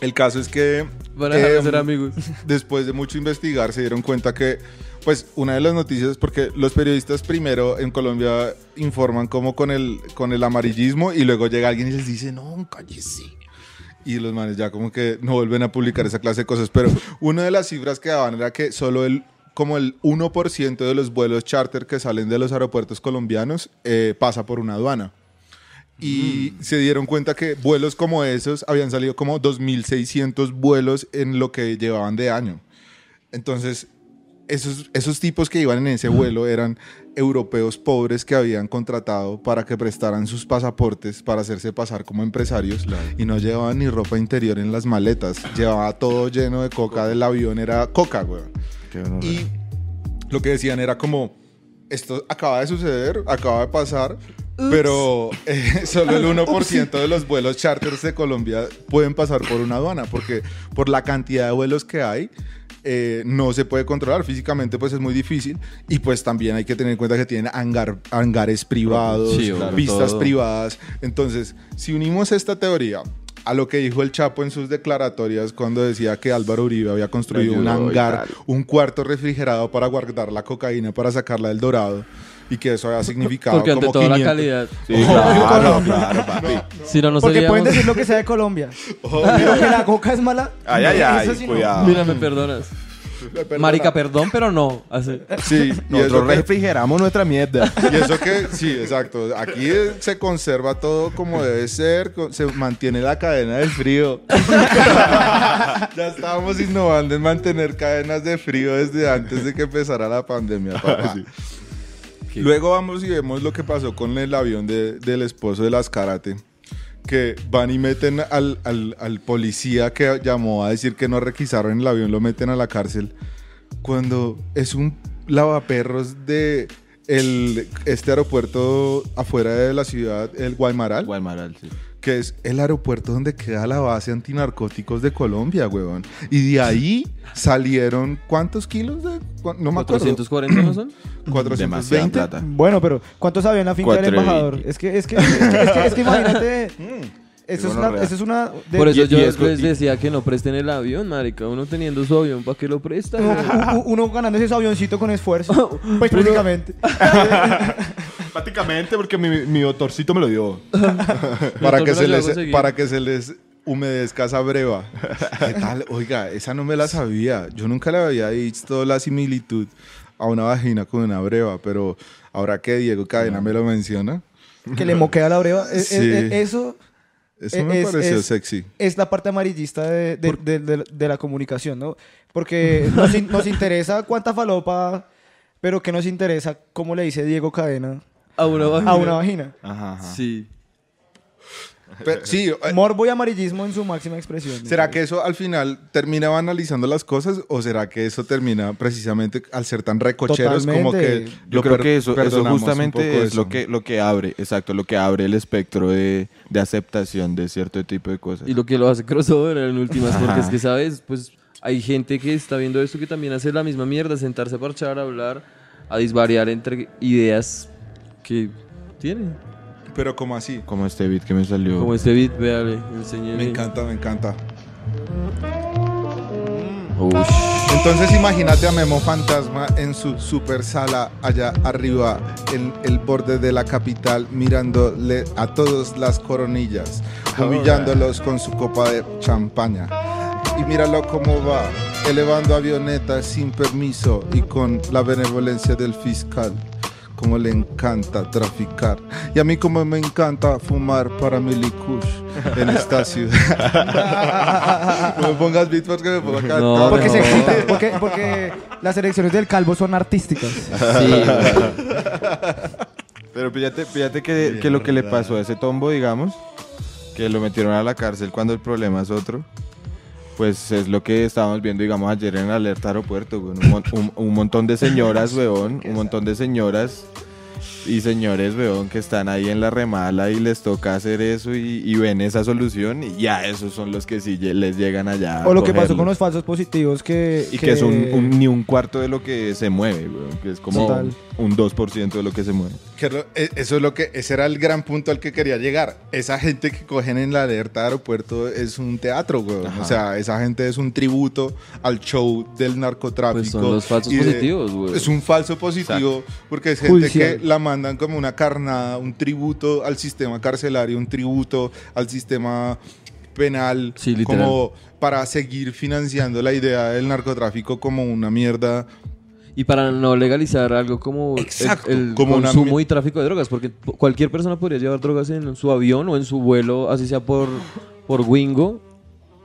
[SPEAKER 2] El caso es que
[SPEAKER 4] Van a dejar de
[SPEAKER 2] em,
[SPEAKER 4] ser amigos.
[SPEAKER 2] después de mucho investigar se dieron cuenta que, pues, una de las noticias, porque los periodistas primero en Colombia informan como con el, con el amarillismo y luego llega alguien y les dice, no, cállese. Y los manes ya como que no vuelven a publicar esa clase de cosas. Pero una de las cifras que daban era que solo el como el 1% de los vuelos charter que salen de los aeropuertos colombianos eh, pasa por una aduana. Y se dieron cuenta que vuelos como esos habían salido como 2.600 vuelos en lo que llevaban de año. Entonces, esos, esos tipos que iban en ese vuelo eran europeos pobres que habían contratado para que prestaran sus pasaportes para hacerse pasar como empresarios y no llevaban ni ropa interior en las maletas. Llevaba todo lleno de coca del avión, era coca, weón.
[SPEAKER 5] Qué bueno,
[SPEAKER 2] Y lo que decían era como, esto acaba de suceder, acaba de pasar, pero eh, solo el 1% de los vuelos charters de Colombia pueden pasar por una aduana, porque por la cantidad de vuelos que hay, eh, no se puede controlar. Físicamente pues es muy difícil y pues también hay que tener en cuenta que tienen hangar, hangares privados,
[SPEAKER 4] Sí, claro,
[SPEAKER 2] pistas
[SPEAKER 5] todo.
[SPEAKER 2] privadas. Entonces, si unimos esta teoría... A lo que dijo el Chapo en sus declaratorias cuando decía que Álvaro Uribe había construido un
[SPEAKER 5] Ayudó y
[SPEAKER 2] hangar
[SPEAKER 5] tal.
[SPEAKER 2] un cuarto refrigerado para guardar la cocaína para sacarla del dorado y que eso había significado
[SPEAKER 4] Porque ante
[SPEAKER 2] como
[SPEAKER 4] toda
[SPEAKER 2] 500
[SPEAKER 4] la calidad.
[SPEAKER 5] Sí, Oh, claro, claro, papi.
[SPEAKER 4] Si no, no
[SPEAKER 6] Porque pueden
[SPEAKER 4] seríamos.
[SPEAKER 6] decir lo que sea de Colombia. Pero que la coca es mala.
[SPEAKER 5] Ay,
[SPEAKER 6] no,
[SPEAKER 5] ay, ay,
[SPEAKER 6] eso sí no.
[SPEAKER 5] cuidado.
[SPEAKER 4] Mira, me perdonas. Marica, perdón, pero no. Así.
[SPEAKER 2] sí y eso,
[SPEAKER 5] Nosotros
[SPEAKER 2] que,
[SPEAKER 5] refrigeramos nuestra mierda.
[SPEAKER 2] y eso que sí exacto aquí eh, se conserva todo como debe ser co- se mantiene la cadena del frío ya estábamos innovando en mantener cadenas de frío desde antes de que empezara la pandemia papá. Luego vamos y vemos lo que pasó con el avión de- del esposo de las karate. Que van y meten al, al- al policía que llamó a decir que no requisaron el avión, lo meten a la cárcel. Cuando es un lavaperros de el, este aeropuerto afuera de la ciudad, el Guaymaral,
[SPEAKER 5] Guaymaral, sí.
[SPEAKER 2] que es el aeropuerto donde queda la base antinarcóticos de Colombia, huevón. Y de ahí salieron cuántos kilos de cu- no me acuerdo,
[SPEAKER 4] 440 no son?
[SPEAKER 2] 420
[SPEAKER 5] Demasiada plata.
[SPEAKER 6] Bueno, pero ¿cuántos había en la finca del
[SPEAKER 5] Cuatro y
[SPEAKER 6] embajador?
[SPEAKER 5] veinte. Mm.
[SPEAKER 6] Es que, es que, es que, es que- es que imagínate. Eso
[SPEAKER 5] Qué
[SPEAKER 6] es, una,
[SPEAKER 5] gonorrea.
[SPEAKER 6] eso es una. de-
[SPEAKER 4] Por eso
[SPEAKER 5] y-
[SPEAKER 4] yo
[SPEAKER 5] y es co-
[SPEAKER 4] les
[SPEAKER 5] y-
[SPEAKER 4] decía que no presten el avión, marica. Uno teniendo su avión, ¿para qué lo presta? güey?
[SPEAKER 6] u- u- uno ganando ese avioncito con esfuerzo. Pues prácticamente.
[SPEAKER 5] Prácticamente porque mi, mi doctorcito me lo dio.
[SPEAKER 2] para
[SPEAKER 4] Yo
[SPEAKER 2] que
[SPEAKER 4] te
[SPEAKER 2] se
[SPEAKER 4] lo
[SPEAKER 2] les
[SPEAKER 4] llevo a seguir.
[SPEAKER 2] para que se les humedezca esa breva. ¿Qué tal? Oiga, esa no me la sabía. Yo nunca le había visto la similitud a una vagina con una breva, pero ahora que Diego Cadena me lo menciona,
[SPEAKER 6] que le moquea la breva. Es- es-
[SPEAKER 2] Sí.
[SPEAKER 6] es- eso
[SPEAKER 2] eso me
[SPEAKER 6] Eh, Es-
[SPEAKER 2] pareció
[SPEAKER 6] es-
[SPEAKER 2] sexy.
[SPEAKER 6] es la parte amarillista de, de- de- de- de la comunicación, ¿no? Porque nos, in- nos interesa cuánta falopa, pero que nos interesa cómo le dice Diego Cadena
[SPEAKER 4] A una vagina.
[SPEAKER 6] a una vagina.
[SPEAKER 5] Ajá, ajá.
[SPEAKER 4] Sí.
[SPEAKER 2] Pero- sí, eh,
[SPEAKER 6] Morbo y amarillismo en su máxima expresión.
[SPEAKER 2] ¿Será que eso al final termina banalizando las cosas o será que eso termina precisamente al ser tan recocheros como que
[SPEAKER 6] Totalmente.
[SPEAKER 5] Yo
[SPEAKER 2] lo
[SPEAKER 5] creo
[SPEAKER 2] per-
[SPEAKER 5] que eso, eso
[SPEAKER 2] perdonamos un
[SPEAKER 5] justamente
[SPEAKER 2] poco
[SPEAKER 5] es
[SPEAKER 2] eso?
[SPEAKER 5] lo que, lo que abre, exacto, lo que abre el espectro de, de aceptación de cierto tipo de cosas.
[SPEAKER 4] Y lo que lo hace crossover en últimas, porque
[SPEAKER 5] Ajá.
[SPEAKER 4] es que, ¿sabes? Pues hay gente que está viendo esto que también hace la misma mierda, sentarse a parchar, a hablar, a disvariar entre ideas que tienen.
[SPEAKER 2] Pero como así.
[SPEAKER 5] Como este beat que me salió.
[SPEAKER 4] Como este beat, véale, enseñé.
[SPEAKER 2] Me encanta, me encanta.
[SPEAKER 4] Ush.
[SPEAKER 2] Entonces imagínate a Memo Fantasma en su super sala allá arriba, en el borde de la capital, mirándole a todos las coronillas, humillándolos con su copa de champaña. Y míralo cómo va, elevando avionetas sin permiso y con la benevolencia del fiscal. Como le encanta traficar. Y a mí como me encanta fumar para Milikush en esta ciudad. no me pongas beat porque me pongo a cantar.
[SPEAKER 4] No,
[SPEAKER 6] Porque se
[SPEAKER 4] No.
[SPEAKER 6] excita, porque, porque las elecciones del calvo son artísticas.
[SPEAKER 4] Sí, güey.
[SPEAKER 5] Pero fíjate, fíjate que, que lo que le pasó a ese tombo, digamos, que lo metieron a la cárcel cuando el problema es otro, pues es lo que estábamos viendo, digamos, ayer en Alerta Aeropuerto, güey, un, mon- un- un montón de señoras, weón, un montón de señoras y señores, weón, que están ahí en la remala y les toca hacer eso y, y ven esa solución y ya esos son los que sí lle- les llegan allá. a
[SPEAKER 6] O lo que pasó
[SPEAKER 5] cogerlos.
[SPEAKER 6] con los falsos positivos que...
[SPEAKER 5] Y que, es un, un- ni un cuarto de lo que se mueve, weón, que es como
[SPEAKER 6] Total.
[SPEAKER 5] un 2% de lo que se mueve.
[SPEAKER 2] Que lo- e- eso es lo que, ese era el gran punto al que quería llegar. Esa gente que cogen en la alerta de aeropuerto es un teatro, güey.
[SPEAKER 5] Ajá.
[SPEAKER 2] O sea, esa gente es un tributo al show del narcotráfico.
[SPEAKER 4] Pues son los falsos
[SPEAKER 2] y de-
[SPEAKER 4] positivos, güey.
[SPEAKER 2] Es un falso positivo porque es gente
[SPEAKER 6] Judicial.
[SPEAKER 2] que la mandan como una carnada, un tributo al sistema carcelario, un tributo al sistema penal,
[SPEAKER 4] Sí, literal.
[SPEAKER 2] como para seguir financiando la idea del narcotráfico como una mierda.
[SPEAKER 4] Y para no legalizar algo como el-
[SPEAKER 2] Exacto,
[SPEAKER 4] el,
[SPEAKER 2] como una
[SPEAKER 4] consumo
[SPEAKER 2] mi-
[SPEAKER 4] y tráfico de drogas, porque po- cualquier persona podría llevar drogas en su avión o en su vuelo, así sea por, por Wingo,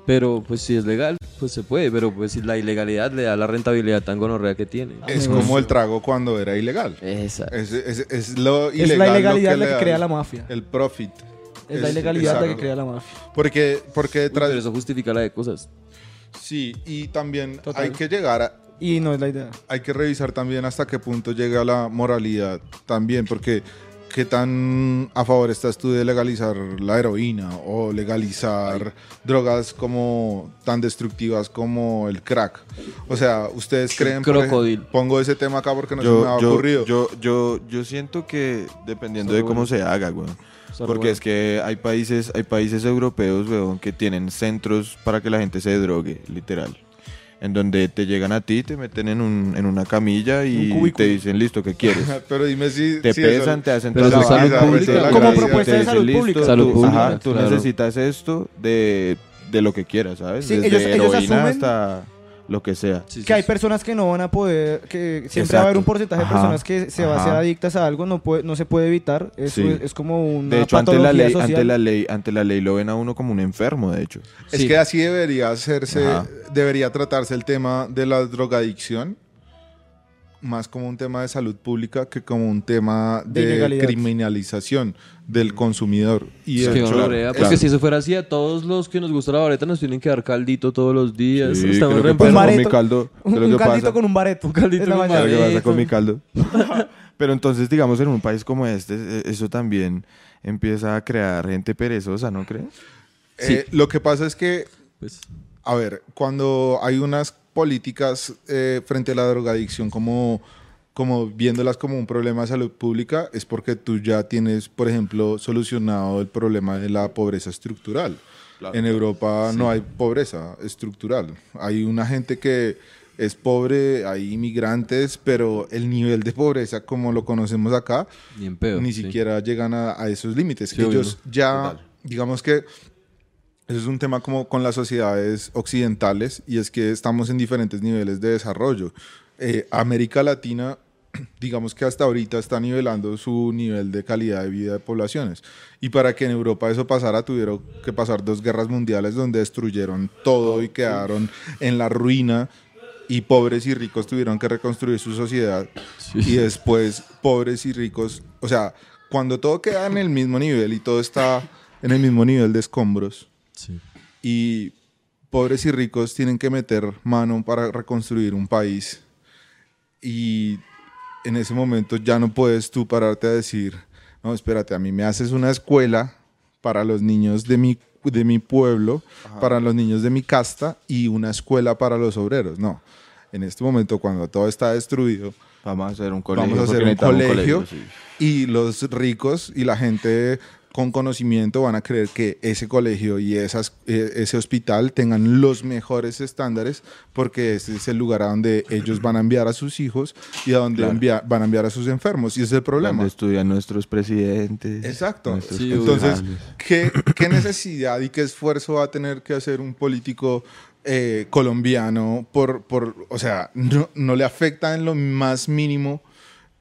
[SPEAKER 4] pero pues si es legal, pues se puede, pero pues si la ilegalidad le da la rentabilidad tan gonorrea que tiene.
[SPEAKER 2] es como el trago cuando era ilegal.
[SPEAKER 4] Esa.
[SPEAKER 2] Es, es- es lo
[SPEAKER 6] Es
[SPEAKER 2] ilegal
[SPEAKER 6] la
[SPEAKER 2] lo
[SPEAKER 6] ilegalidad
[SPEAKER 2] le
[SPEAKER 6] la
[SPEAKER 2] da
[SPEAKER 6] que crea la mafia.
[SPEAKER 2] El profit.
[SPEAKER 6] Es la
[SPEAKER 2] es-
[SPEAKER 6] ilegalidad la que
[SPEAKER 2] exacto.
[SPEAKER 6] crea la mafia.
[SPEAKER 2] Porque, porque
[SPEAKER 4] Uy, pero
[SPEAKER 2] detrás.
[SPEAKER 4] eso justifica la de cosas.
[SPEAKER 2] Sí, y también
[SPEAKER 6] Total.
[SPEAKER 2] hay que llegar a-
[SPEAKER 6] Y no es la idea.
[SPEAKER 2] Hay que revisar también hasta qué punto llega la moralidad también, porque qué tan a favor estás tú de legalizar la heroína o legalizar drogas como tan destructivas como el crack. O sea, ustedes creen por
[SPEAKER 4] crocodil.
[SPEAKER 2] ej- pongo ese tema acá porque no se me ha
[SPEAKER 5] yo,
[SPEAKER 2] ocurrido.
[SPEAKER 5] yo, yo, yo siento que dependiendo de cómo se haga, weón. Porque es que hay países, hay países europeos, weón, que tienen centros para que la gente se drogue, literal. En donde te llegan a ti, te meten en, un, en una camilla y te dicen, listo, ¿qué quieres?
[SPEAKER 2] Pero dime si
[SPEAKER 5] Te
[SPEAKER 2] si eso-
[SPEAKER 5] pesan, te hacen
[SPEAKER 4] Pero
[SPEAKER 5] toda
[SPEAKER 4] eso es
[SPEAKER 5] la
[SPEAKER 4] salud
[SPEAKER 5] vaina,
[SPEAKER 4] pública.
[SPEAKER 5] te la
[SPEAKER 6] Como
[SPEAKER 5] gracia,
[SPEAKER 6] propuesta
[SPEAKER 5] te
[SPEAKER 6] de salud
[SPEAKER 5] dicen,
[SPEAKER 6] pública.
[SPEAKER 5] "Listo,
[SPEAKER 4] Salud
[SPEAKER 5] tú, ajá,
[SPEAKER 4] pública,
[SPEAKER 5] tú
[SPEAKER 4] claro.
[SPEAKER 5] necesitas esto de, de lo que quieras, ¿sabes?
[SPEAKER 6] Sí,
[SPEAKER 5] Desde
[SPEAKER 6] ellos- ellos
[SPEAKER 5] heroína
[SPEAKER 6] asumen-
[SPEAKER 5] hasta lo que sea.
[SPEAKER 6] que hay personas que no van a poder, que siempre va a haber
[SPEAKER 5] Exacto.
[SPEAKER 6] un porcentaje
[SPEAKER 5] Ajá.
[SPEAKER 6] de personas que se va a ser
[SPEAKER 5] Ajá.
[SPEAKER 6] adictas a algo, no puede, no se puede evitar, eso
[SPEAKER 5] Sí.
[SPEAKER 6] es, es como una
[SPEAKER 5] De hecho, ante la,
[SPEAKER 6] patología
[SPEAKER 5] ley,
[SPEAKER 6] social.
[SPEAKER 5] ante, la ley, ante la ley lo ven a uno como un enfermo, de hecho.
[SPEAKER 2] Es
[SPEAKER 4] Sí.
[SPEAKER 2] que así debería hacerse,
[SPEAKER 5] Ajá.
[SPEAKER 2] debería tratarse el tema de la drogadicción más como un tema de salud pública que como un tema
[SPEAKER 6] De
[SPEAKER 2] de,
[SPEAKER 6] ilegalidad.
[SPEAKER 2] criminalización del consumidor. Y
[SPEAKER 4] Es
[SPEAKER 2] de
[SPEAKER 4] que
[SPEAKER 2] hecho-
[SPEAKER 4] no lo vea, porque
[SPEAKER 2] Claro.
[SPEAKER 4] si eso fuera así, a todos los que nos gusta la vareta nos tienen que dar caldito todos los días.
[SPEAKER 5] Sí,
[SPEAKER 4] Estamos
[SPEAKER 5] creo
[SPEAKER 4] re
[SPEAKER 5] que
[SPEAKER 6] Un
[SPEAKER 5] pasa
[SPEAKER 4] enfermos.
[SPEAKER 5] con mi
[SPEAKER 6] bareto.
[SPEAKER 5] caldo.
[SPEAKER 6] Un,
[SPEAKER 5] creo
[SPEAKER 6] un
[SPEAKER 5] que
[SPEAKER 6] caldito
[SPEAKER 5] pasa-
[SPEAKER 6] con un bareto.
[SPEAKER 4] Un caldito
[SPEAKER 6] Es la
[SPEAKER 4] con un
[SPEAKER 6] mañana.
[SPEAKER 5] Claro que
[SPEAKER 4] bareto.
[SPEAKER 5] pasa con mi caldo. Pero entonces, digamos, en un país como este, eh, eso también empieza a crear gente perezosa, ¿no crees?
[SPEAKER 2] Eh, Lo que pasa es que
[SPEAKER 4] Pues,
[SPEAKER 2] A ver, cuando hay unas políticas eh, frente a la drogadicción como, como viéndolas como un problema de salud pública, es porque tú ya tienes, por ejemplo, solucionado el problema de la pobreza estructural. En Europa no hay pobreza estructural. Hay una gente que es pobre, hay inmigrantes, pero el nivel de pobreza como lo conocemos acá,
[SPEAKER 4] ni en pedo.
[SPEAKER 2] ni
[SPEAKER 4] sí.
[SPEAKER 2] siquiera llegan a, a esos límites.
[SPEAKER 4] Sí,
[SPEAKER 2] Ellos
[SPEAKER 4] obvio,
[SPEAKER 2] ya, digamos que eso es un tema como con las sociedades occidentales y es que estamos en diferentes niveles de desarrollo. Eh, América Latina, digamos que hasta ahorita está nivelando su nivel de calidad de vida de poblaciones. Y para que en Europa eso pasara, tuvieron que pasar dos guerras mundiales donde destruyeron todo y quedaron en la ruina. Y pobres y ricos tuvieron que reconstruir su sociedad y después pobres y ricos. O sea, cuando todo queda en el mismo nivel y todo está en el mismo nivel de escombros
[SPEAKER 4] Sí.
[SPEAKER 2] y pobres y ricos tienen que meter mano para reconstruir un país y en ese momento ya no puedes tú pararte a decir, no, espérate, a mí me haces una escuela para los niños de mi, de mi pueblo, para los niños de mi casta y una escuela para los obreros. No, en este momento cuando todo está destruido,
[SPEAKER 5] Vamos a hacer un colegio.
[SPEAKER 2] vamos a
[SPEAKER 5] porque
[SPEAKER 2] hacer un
[SPEAKER 5] necesitamos
[SPEAKER 2] colegio,
[SPEAKER 5] sí.
[SPEAKER 2] y los ricos y la gente con conocimiento van a creer que ese colegio y esas, eh, ese hospital tengan los mejores estándares porque ese es el lugar a donde ellos van a enviar a sus hijos y a donde envia- van a enviar a sus enfermos. Y ese es el problema.
[SPEAKER 5] Donde estudian nuestros presidentes.
[SPEAKER 2] Exacto.
[SPEAKER 5] nuestros
[SPEAKER 4] Sí,
[SPEAKER 2] Entonces,
[SPEAKER 5] concejales.
[SPEAKER 2] ¿qué, qué necesidad y qué esfuerzo va a tener que hacer un político eh, colombiano por, por, o sea, no, no le afecta en lo más mínimo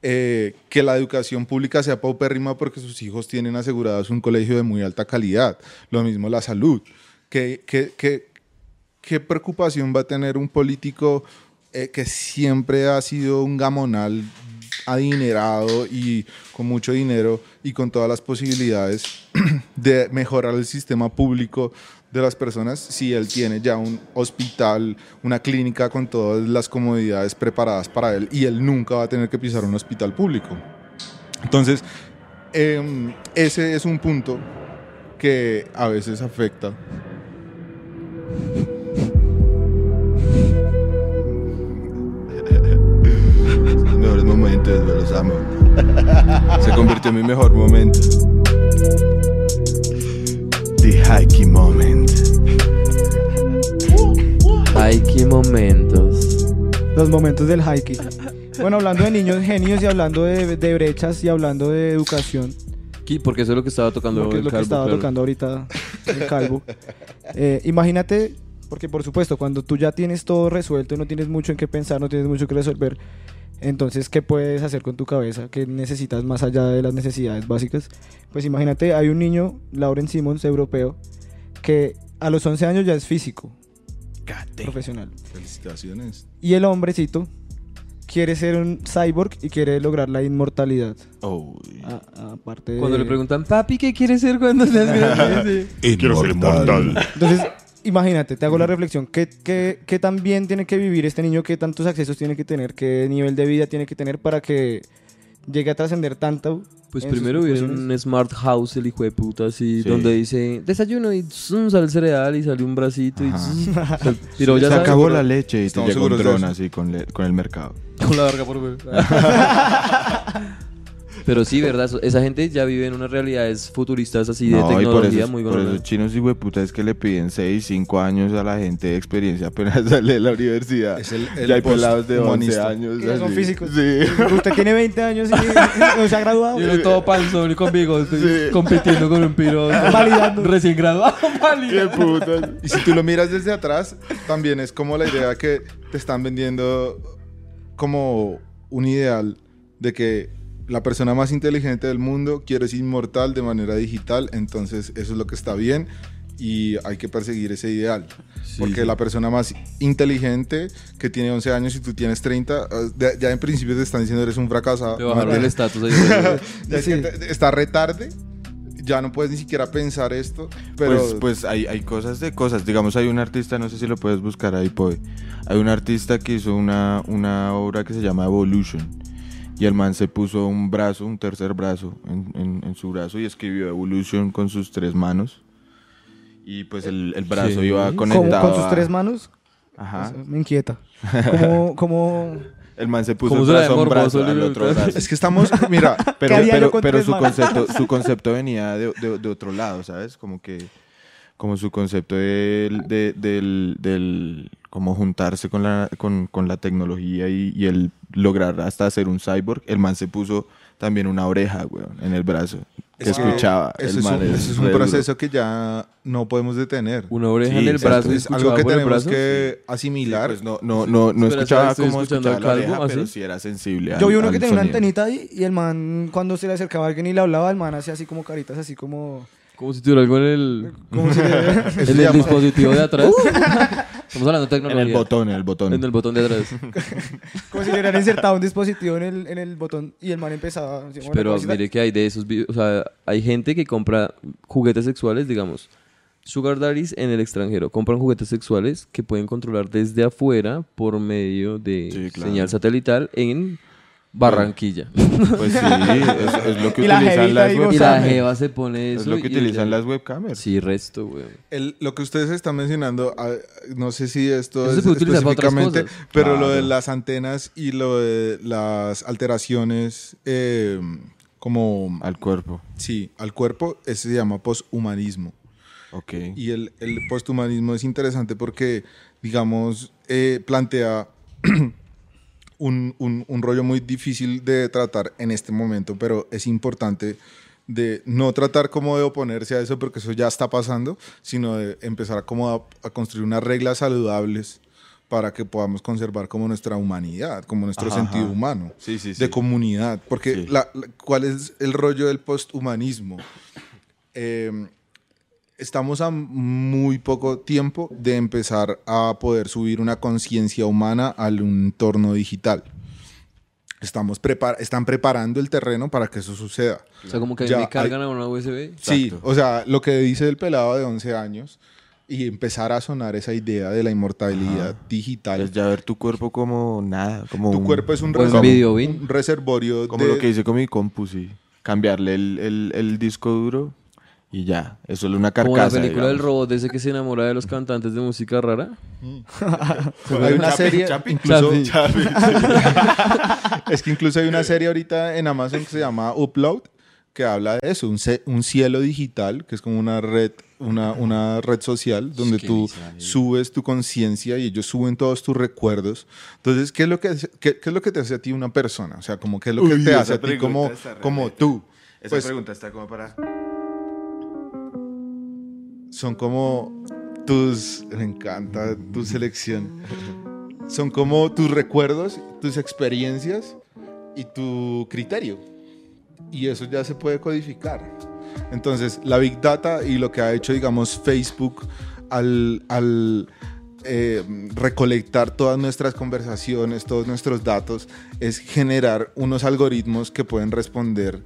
[SPEAKER 2] eh, que la educación pública sea paupérrima porque sus hijos tienen asegurados un colegio de muy alta calidad. Lo mismo la salud. ¿Qué, qué, qué- qué preocupación va a tener un político eh, que siempre ha sido un gamonal adinerado y con mucho dinero y con todas las posibilidades de mejorar el sistema público de las personas si él tiene ya un hospital, una clínica con todas las comodidades preparadas para él y él nunca va a tener que pisar un hospital público. Entonces, em, ese es un punto que a veces afecta.
[SPEAKER 5] Los mejores momentos, me los amo. Se convirtió en mi mejor momento. The Hikey Moment.
[SPEAKER 4] Ay, qué momentos.
[SPEAKER 6] Los momentos del hiking. Bueno, hablando de niños genios y hablando de, de brechas y hablando de educación,
[SPEAKER 4] Qui- Porque eso es lo que estaba tocando
[SPEAKER 6] porque
[SPEAKER 4] el
[SPEAKER 6] es lo que
[SPEAKER 4] calvo,
[SPEAKER 6] estaba
[SPEAKER 4] claro.
[SPEAKER 6] tocando ahorita el calvo. Eh, imagínate, porque por supuesto, cuando tú ya tienes todo resuelto, no tienes mucho en qué pensar, no tienes mucho que resolver, entonces, ¿qué puedes hacer con tu cabeza? ¿Qué necesitas más allá de las necesidades básicas? Pues imagínate, hay un niño, Lauren Simmons, europeo, que a los 11 años ya es físico profesional.
[SPEAKER 2] Felicitaciones.
[SPEAKER 6] Y el hombrecito quiere ser un cyborg y quiere lograr la inmortalidad.
[SPEAKER 5] Oh,
[SPEAKER 6] A- Aparte de-
[SPEAKER 4] Cuando le preguntan, papi, ¿qué quieres ser cuando seas grande? Sí.
[SPEAKER 6] Entonces, imagínate, te hago la reflexión. ¿Qué, qué, qué tan bien tiene que vivir este niño? ¿Qué tantos accesos tiene que tener? ¿Qué nivel de vida tiene que tener para que llegue a trascender tanto?
[SPEAKER 4] Pues
[SPEAKER 6] en sus
[SPEAKER 4] primero hubiera
[SPEAKER 6] conclusiones?
[SPEAKER 4] un smart house, el hijo de puta, así,
[SPEAKER 5] Sí.
[SPEAKER 4] donde dice desayuno y zum, sale el cereal y sale un bracito y
[SPEAKER 5] Ajá.
[SPEAKER 4] zum, sal- Pero
[SPEAKER 5] se
[SPEAKER 4] ya sabes,
[SPEAKER 5] acabó la leche y te
[SPEAKER 2] Estamos
[SPEAKER 5] llega un
[SPEAKER 2] seguros de
[SPEAKER 5] dron
[SPEAKER 2] eso.
[SPEAKER 5] así con, le- con el mercado.
[SPEAKER 4] Con la verga por Pero sí, verdad, eso- esa gente ya vive en unas realidades futuristas así de
[SPEAKER 5] No, y
[SPEAKER 4] tecnología
[SPEAKER 5] por eso,
[SPEAKER 4] muy
[SPEAKER 5] por
[SPEAKER 4] buena.
[SPEAKER 5] esos chinos y hueputas es que le piden 6, 5 años a la gente de experiencia apenas sale de la universidad.
[SPEAKER 2] Es el- el
[SPEAKER 5] ya hay pelados de 11
[SPEAKER 2] posthumanista.
[SPEAKER 5] años.
[SPEAKER 6] Que ya son
[SPEAKER 5] Pues así.
[SPEAKER 6] físicos.
[SPEAKER 5] Sí.
[SPEAKER 6] Usted tiene 20 años y no se ha graduado.
[SPEAKER 4] Yo no todo panzón y conmigo, estoy compitiendo con un piro
[SPEAKER 6] Validando.
[SPEAKER 4] recién graduado,
[SPEAKER 5] Qué
[SPEAKER 4] validando.
[SPEAKER 5] putas.
[SPEAKER 2] Y si tú lo miras desde atrás, también es como la idea que te están vendiendo como un ideal de que la persona más inteligente del mundo quiere ser inmortal de manera digital, entonces eso es lo que está bien. y hay que perseguir ese ideal. Porque la persona más inteligente que tiene 11 años y tú tienes 30, eh, de- ya en principio te están diciendo eres un fracasado.
[SPEAKER 4] Te bajaron el
[SPEAKER 2] Mantén-
[SPEAKER 4] estatus ahí.
[SPEAKER 2] ya es que te- está retarde, ya no puedes ni siquiera pensar esto, pero
[SPEAKER 5] Pues, pues hay, hay cosas de cosas. Digamos, hay un artista, no sé si lo puedes buscar ahí, Poi. Hay un artista que hizo una, una obra que se llama Evolution. Y el man se puso un brazo, un tercer brazo, en, en- en su brazo y escribió Evolution con sus tres manos. Y pues el, el brazo
[SPEAKER 4] Sí.
[SPEAKER 5] iba
[SPEAKER 6] ¿Cómo?
[SPEAKER 4] ¿Cómo?
[SPEAKER 5] conectado.
[SPEAKER 6] ¿Con sus
[SPEAKER 5] a-
[SPEAKER 6] tres manos?
[SPEAKER 5] Ajá.
[SPEAKER 6] Eso me inquieta. ¿Cómo, cómo...
[SPEAKER 5] El man se puso
[SPEAKER 4] ¿Cómo
[SPEAKER 5] el
[SPEAKER 4] se la de
[SPEAKER 5] brazo a un
[SPEAKER 4] morboso,
[SPEAKER 5] brazo, al
[SPEAKER 4] libro?
[SPEAKER 5] otro brazo.
[SPEAKER 2] es que estamos, mira,
[SPEAKER 5] Pero,
[SPEAKER 6] haría yo
[SPEAKER 5] pero,
[SPEAKER 6] con
[SPEAKER 5] pero
[SPEAKER 6] tres
[SPEAKER 5] su,
[SPEAKER 6] manos?
[SPEAKER 5] concepto, su concepto venía de, de- de otro lado, ¿sabes? Como que como su concepto del, de- del, del- como juntarse con la, con, con la tecnología y, y el lograr hasta hacer un cyborg, el man se puso también una oreja, weón, en el brazo. Que
[SPEAKER 2] Es que
[SPEAKER 5] escuchaba. el
[SPEAKER 2] eso es
[SPEAKER 5] man
[SPEAKER 2] un, eso es un
[SPEAKER 5] re duro.
[SPEAKER 2] proceso que ya no podemos detener.
[SPEAKER 4] Una oreja
[SPEAKER 5] Sí,
[SPEAKER 4] en el
[SPEAKER 5] exacto.
[SPEAKER 4] brazo. y
[SPEAKER 2] es algo
[SPEAKER 4] escuchaba
[SPEAKER 2] que
[SPEAKER 4] por el
[SPEAKER 2] tenemos
[SPEAKER 4] brazo.
[SPEAKER 2] que
[SPEAKER 5] Sí,
[SPEAKER 2] asimilar.
[SPEAKER 5] pues no, no, no,
[SPEAKER 4] Espera,
[SPEAKER 5] no escuchaba
[SPEAKER 4] ¿sabes? Estoy
[SPEAKER 5] cómo
[SPEAKER 4] escuchando
[SPEAKER 5] escuchaba
[SPEAKER 4] al
[SPEAKER 5] la
[SPEAKER 4] calvo,
[SPEAKER 5] oreja, pero
[SPEAKER 4] ¿así?
[SPEAKER 5] sí era sensible.
[SPEAKER 6] Yo
[SPEAKER 5] al-
[SPEAKER 6] vi uno
[SPEAKER 5] al
[SPEAKER 6] que tenía una
[SPEAKER 5] sonido.
[SPEAKER 6] antenita ahí y el man, cuando se le acercaba a alguien y le hablaba, el man hacía así como caritas, así como...
[SPEAKER 4] Como si tuviera algo en el,
[SPEAKER 6] como si le-
[SPEAKER 2] Eso
[SPEAKER 4] en
[SPEAKER 2] se
[SPEAKER 4] el
[SPEAKER 2] llama-
[SPEAKER 4] dispositivo de atrás. Estamos hablando de
[SPEAKER 5] En
[SPEAKER 4] tecnología.
[SPEAKER 5] el botón, en el botón.
[SPEAKER 4] En el botón de atrás.
[SPEAKER 6] como si le hubieran insertado un dispositivo en el, en el botón y el man empezaba... así, bueno,
[SPEAKER 4] Pero
[SPEAKER 6] pues,
[SPEAKER 4] mire que hay de esos videos. O sea, hay gente que compra juguetes sexuales, digamos. Sugar daddies en el extranjero compran juguetes sexuales que pueden controlar desde afuera por medio de
[SPEAKER 5] Sí, claro.
[SPEAKER 4] señal satelital en Barranquilla.
[SPEAKER 5] Pues sí, es, es lo que
[SPEAKER 6] Y la
[SPEAKER 5] utilizan
[SPEAKER 6] jevita
[SPEAKER 5] las
[SPEAKER 6] ahí
[SPEAKER 5] webcams.
[SPEAKER 4] Y la
[SPEAKER 6] Gózame.
[SPEAKER 4] jeva se pone eso.
[SPEAKER 5] Es lo que
[SPEAKER 4] y-
[SPEAKER 5] utilizan las webcams.
[SPEAKER 4] Sí, resto, güey.
[SPEAKER 2] El- lo que ustedes están mencionando, ah, no sé si esto
[SPEAKER 4] Eso se
[SPEAKER 2] es
[SPEAKER 4] puede utilizar para otras
[SPEAKER 2] específicamente,
[SPEAKER 4] cosas.
[SPEAKER 2] pero lo
[SPEAKER 5] Claro.
[SPEAKER 2] de las antenas y lo de las alteraciones eh, como
[SPEAKER 5] Al cuerpo.
[SPEAKER 2] sí, al cuerpo, eso se llama poshumanismo.
[SPEAKER 5] Ok.
[SPEAKER 2] Y el, el posthumanismo es interesante porque, digamos, eh, plantea un, un- un rollo muy difícil de tratar en este momento, pero es importante de no tratar como de oponerse a eso porque eso ya está pasando, sino de empezar como a, a construir unas reglas saludables para que podamos conservar como nuestra humanidad, como nuestro
[SPEAKER 5] Ajá,
[SPEAKER 2] sentido
[SPEAKER 5] ajá.
[SPEAKER 2] humano
[SPEAKER 5] Sí, sí, sí.
[SPEAKER 2] de comunidad. Porque
[SPEAKER 5] Sí.
[SPEAKER 2] la- la- ¿cuál es el rollo del posthumanismo? Eh, estamos a muy poco tiempo de empezar a poder subir una conciencia humana al entorno digital. Estamos prepar- están preparando el terreno para que eso suceda.
[SPEAKER 4] O sea, como que
[SPEAKER 2] Ya,
[SPEAKER 4] me cargan a una USB.
[SPEAKER 2] Sí,
[SPEAKER 5] Exacto.
[SPEAKER 2] o sea, lo que dice el pelado de 11 años y empezar a sonar esa idea de la inmortalidad digital.
[SPEAKER 5] Es ya ver tu cuerpo como nada. Como
[SPEAKER 2] tu
[SPEAKER 5] un-
[SPEAKER 2] cuerpo es un,
[SPEAKER 4] Buen
[SPEAKER 2] reserv-
[SPEAKER 4] video, Vin.
[SPEAKER 2] un reservorio
[SPEAKER 5] Como
[SPEAKER 2] de
[SPEAKER 5] lo que hice con mi compu, sí. Cambiarle el, el- el disco duro y ya. Es solo una
[SPEAKER 4] Como
[SPEAKER 5] carcasa.
[SPEAKER 4] la película del
[SPEAKER 5] digamos.
[SPEAKER 4] robot ese que se enamora de los cantantes de música rara.
[SPEAKER 2] Hay una serie, incluso,
[SPEAKER 4] Chapi.
[SPEAKER 2] es que incluso hay una serie ahorita en Amazon que se llama Upload, que habla de eso, un, ce- un cielo digital, que es como una red, una, una red social donde tú subes tu conciencia y ellos suben todos tus recuerdos. Entonces, ¿qué es lo que, hace- qué, qué es lo que te hace a ti una persona? O sea, como qué es lo que
[SPEAKER 5] Uy,
[SPEAKER 2] te
[SPEAKER 5] esa
[SPEAKER 2] hace a ti
[SPEAKER 5] pregunta
[SPEAKER 2] como,
[SPEAKER 5] está re
[SPEAKER 2] como
[SPEAKER 5] meta.
[SPEAKER 2] tú.
[SPEAKER 5] Esa
[SPEAKER 2] Pues,
[SPEAKER 5] pregunta está como para...
[SPEAKER 2] son como tus. Me encanta tu selección. Son como tus recuerdos, tus experiencias y tu criterio. Y eso ya se puede codificar. Entonces, la Big Data y lo que ha hecho, digamos, Facebook al, al, eh, recolectar todas nuestras conversaciones, todos nuestros datos, es generar unos algoritmos que pueden responder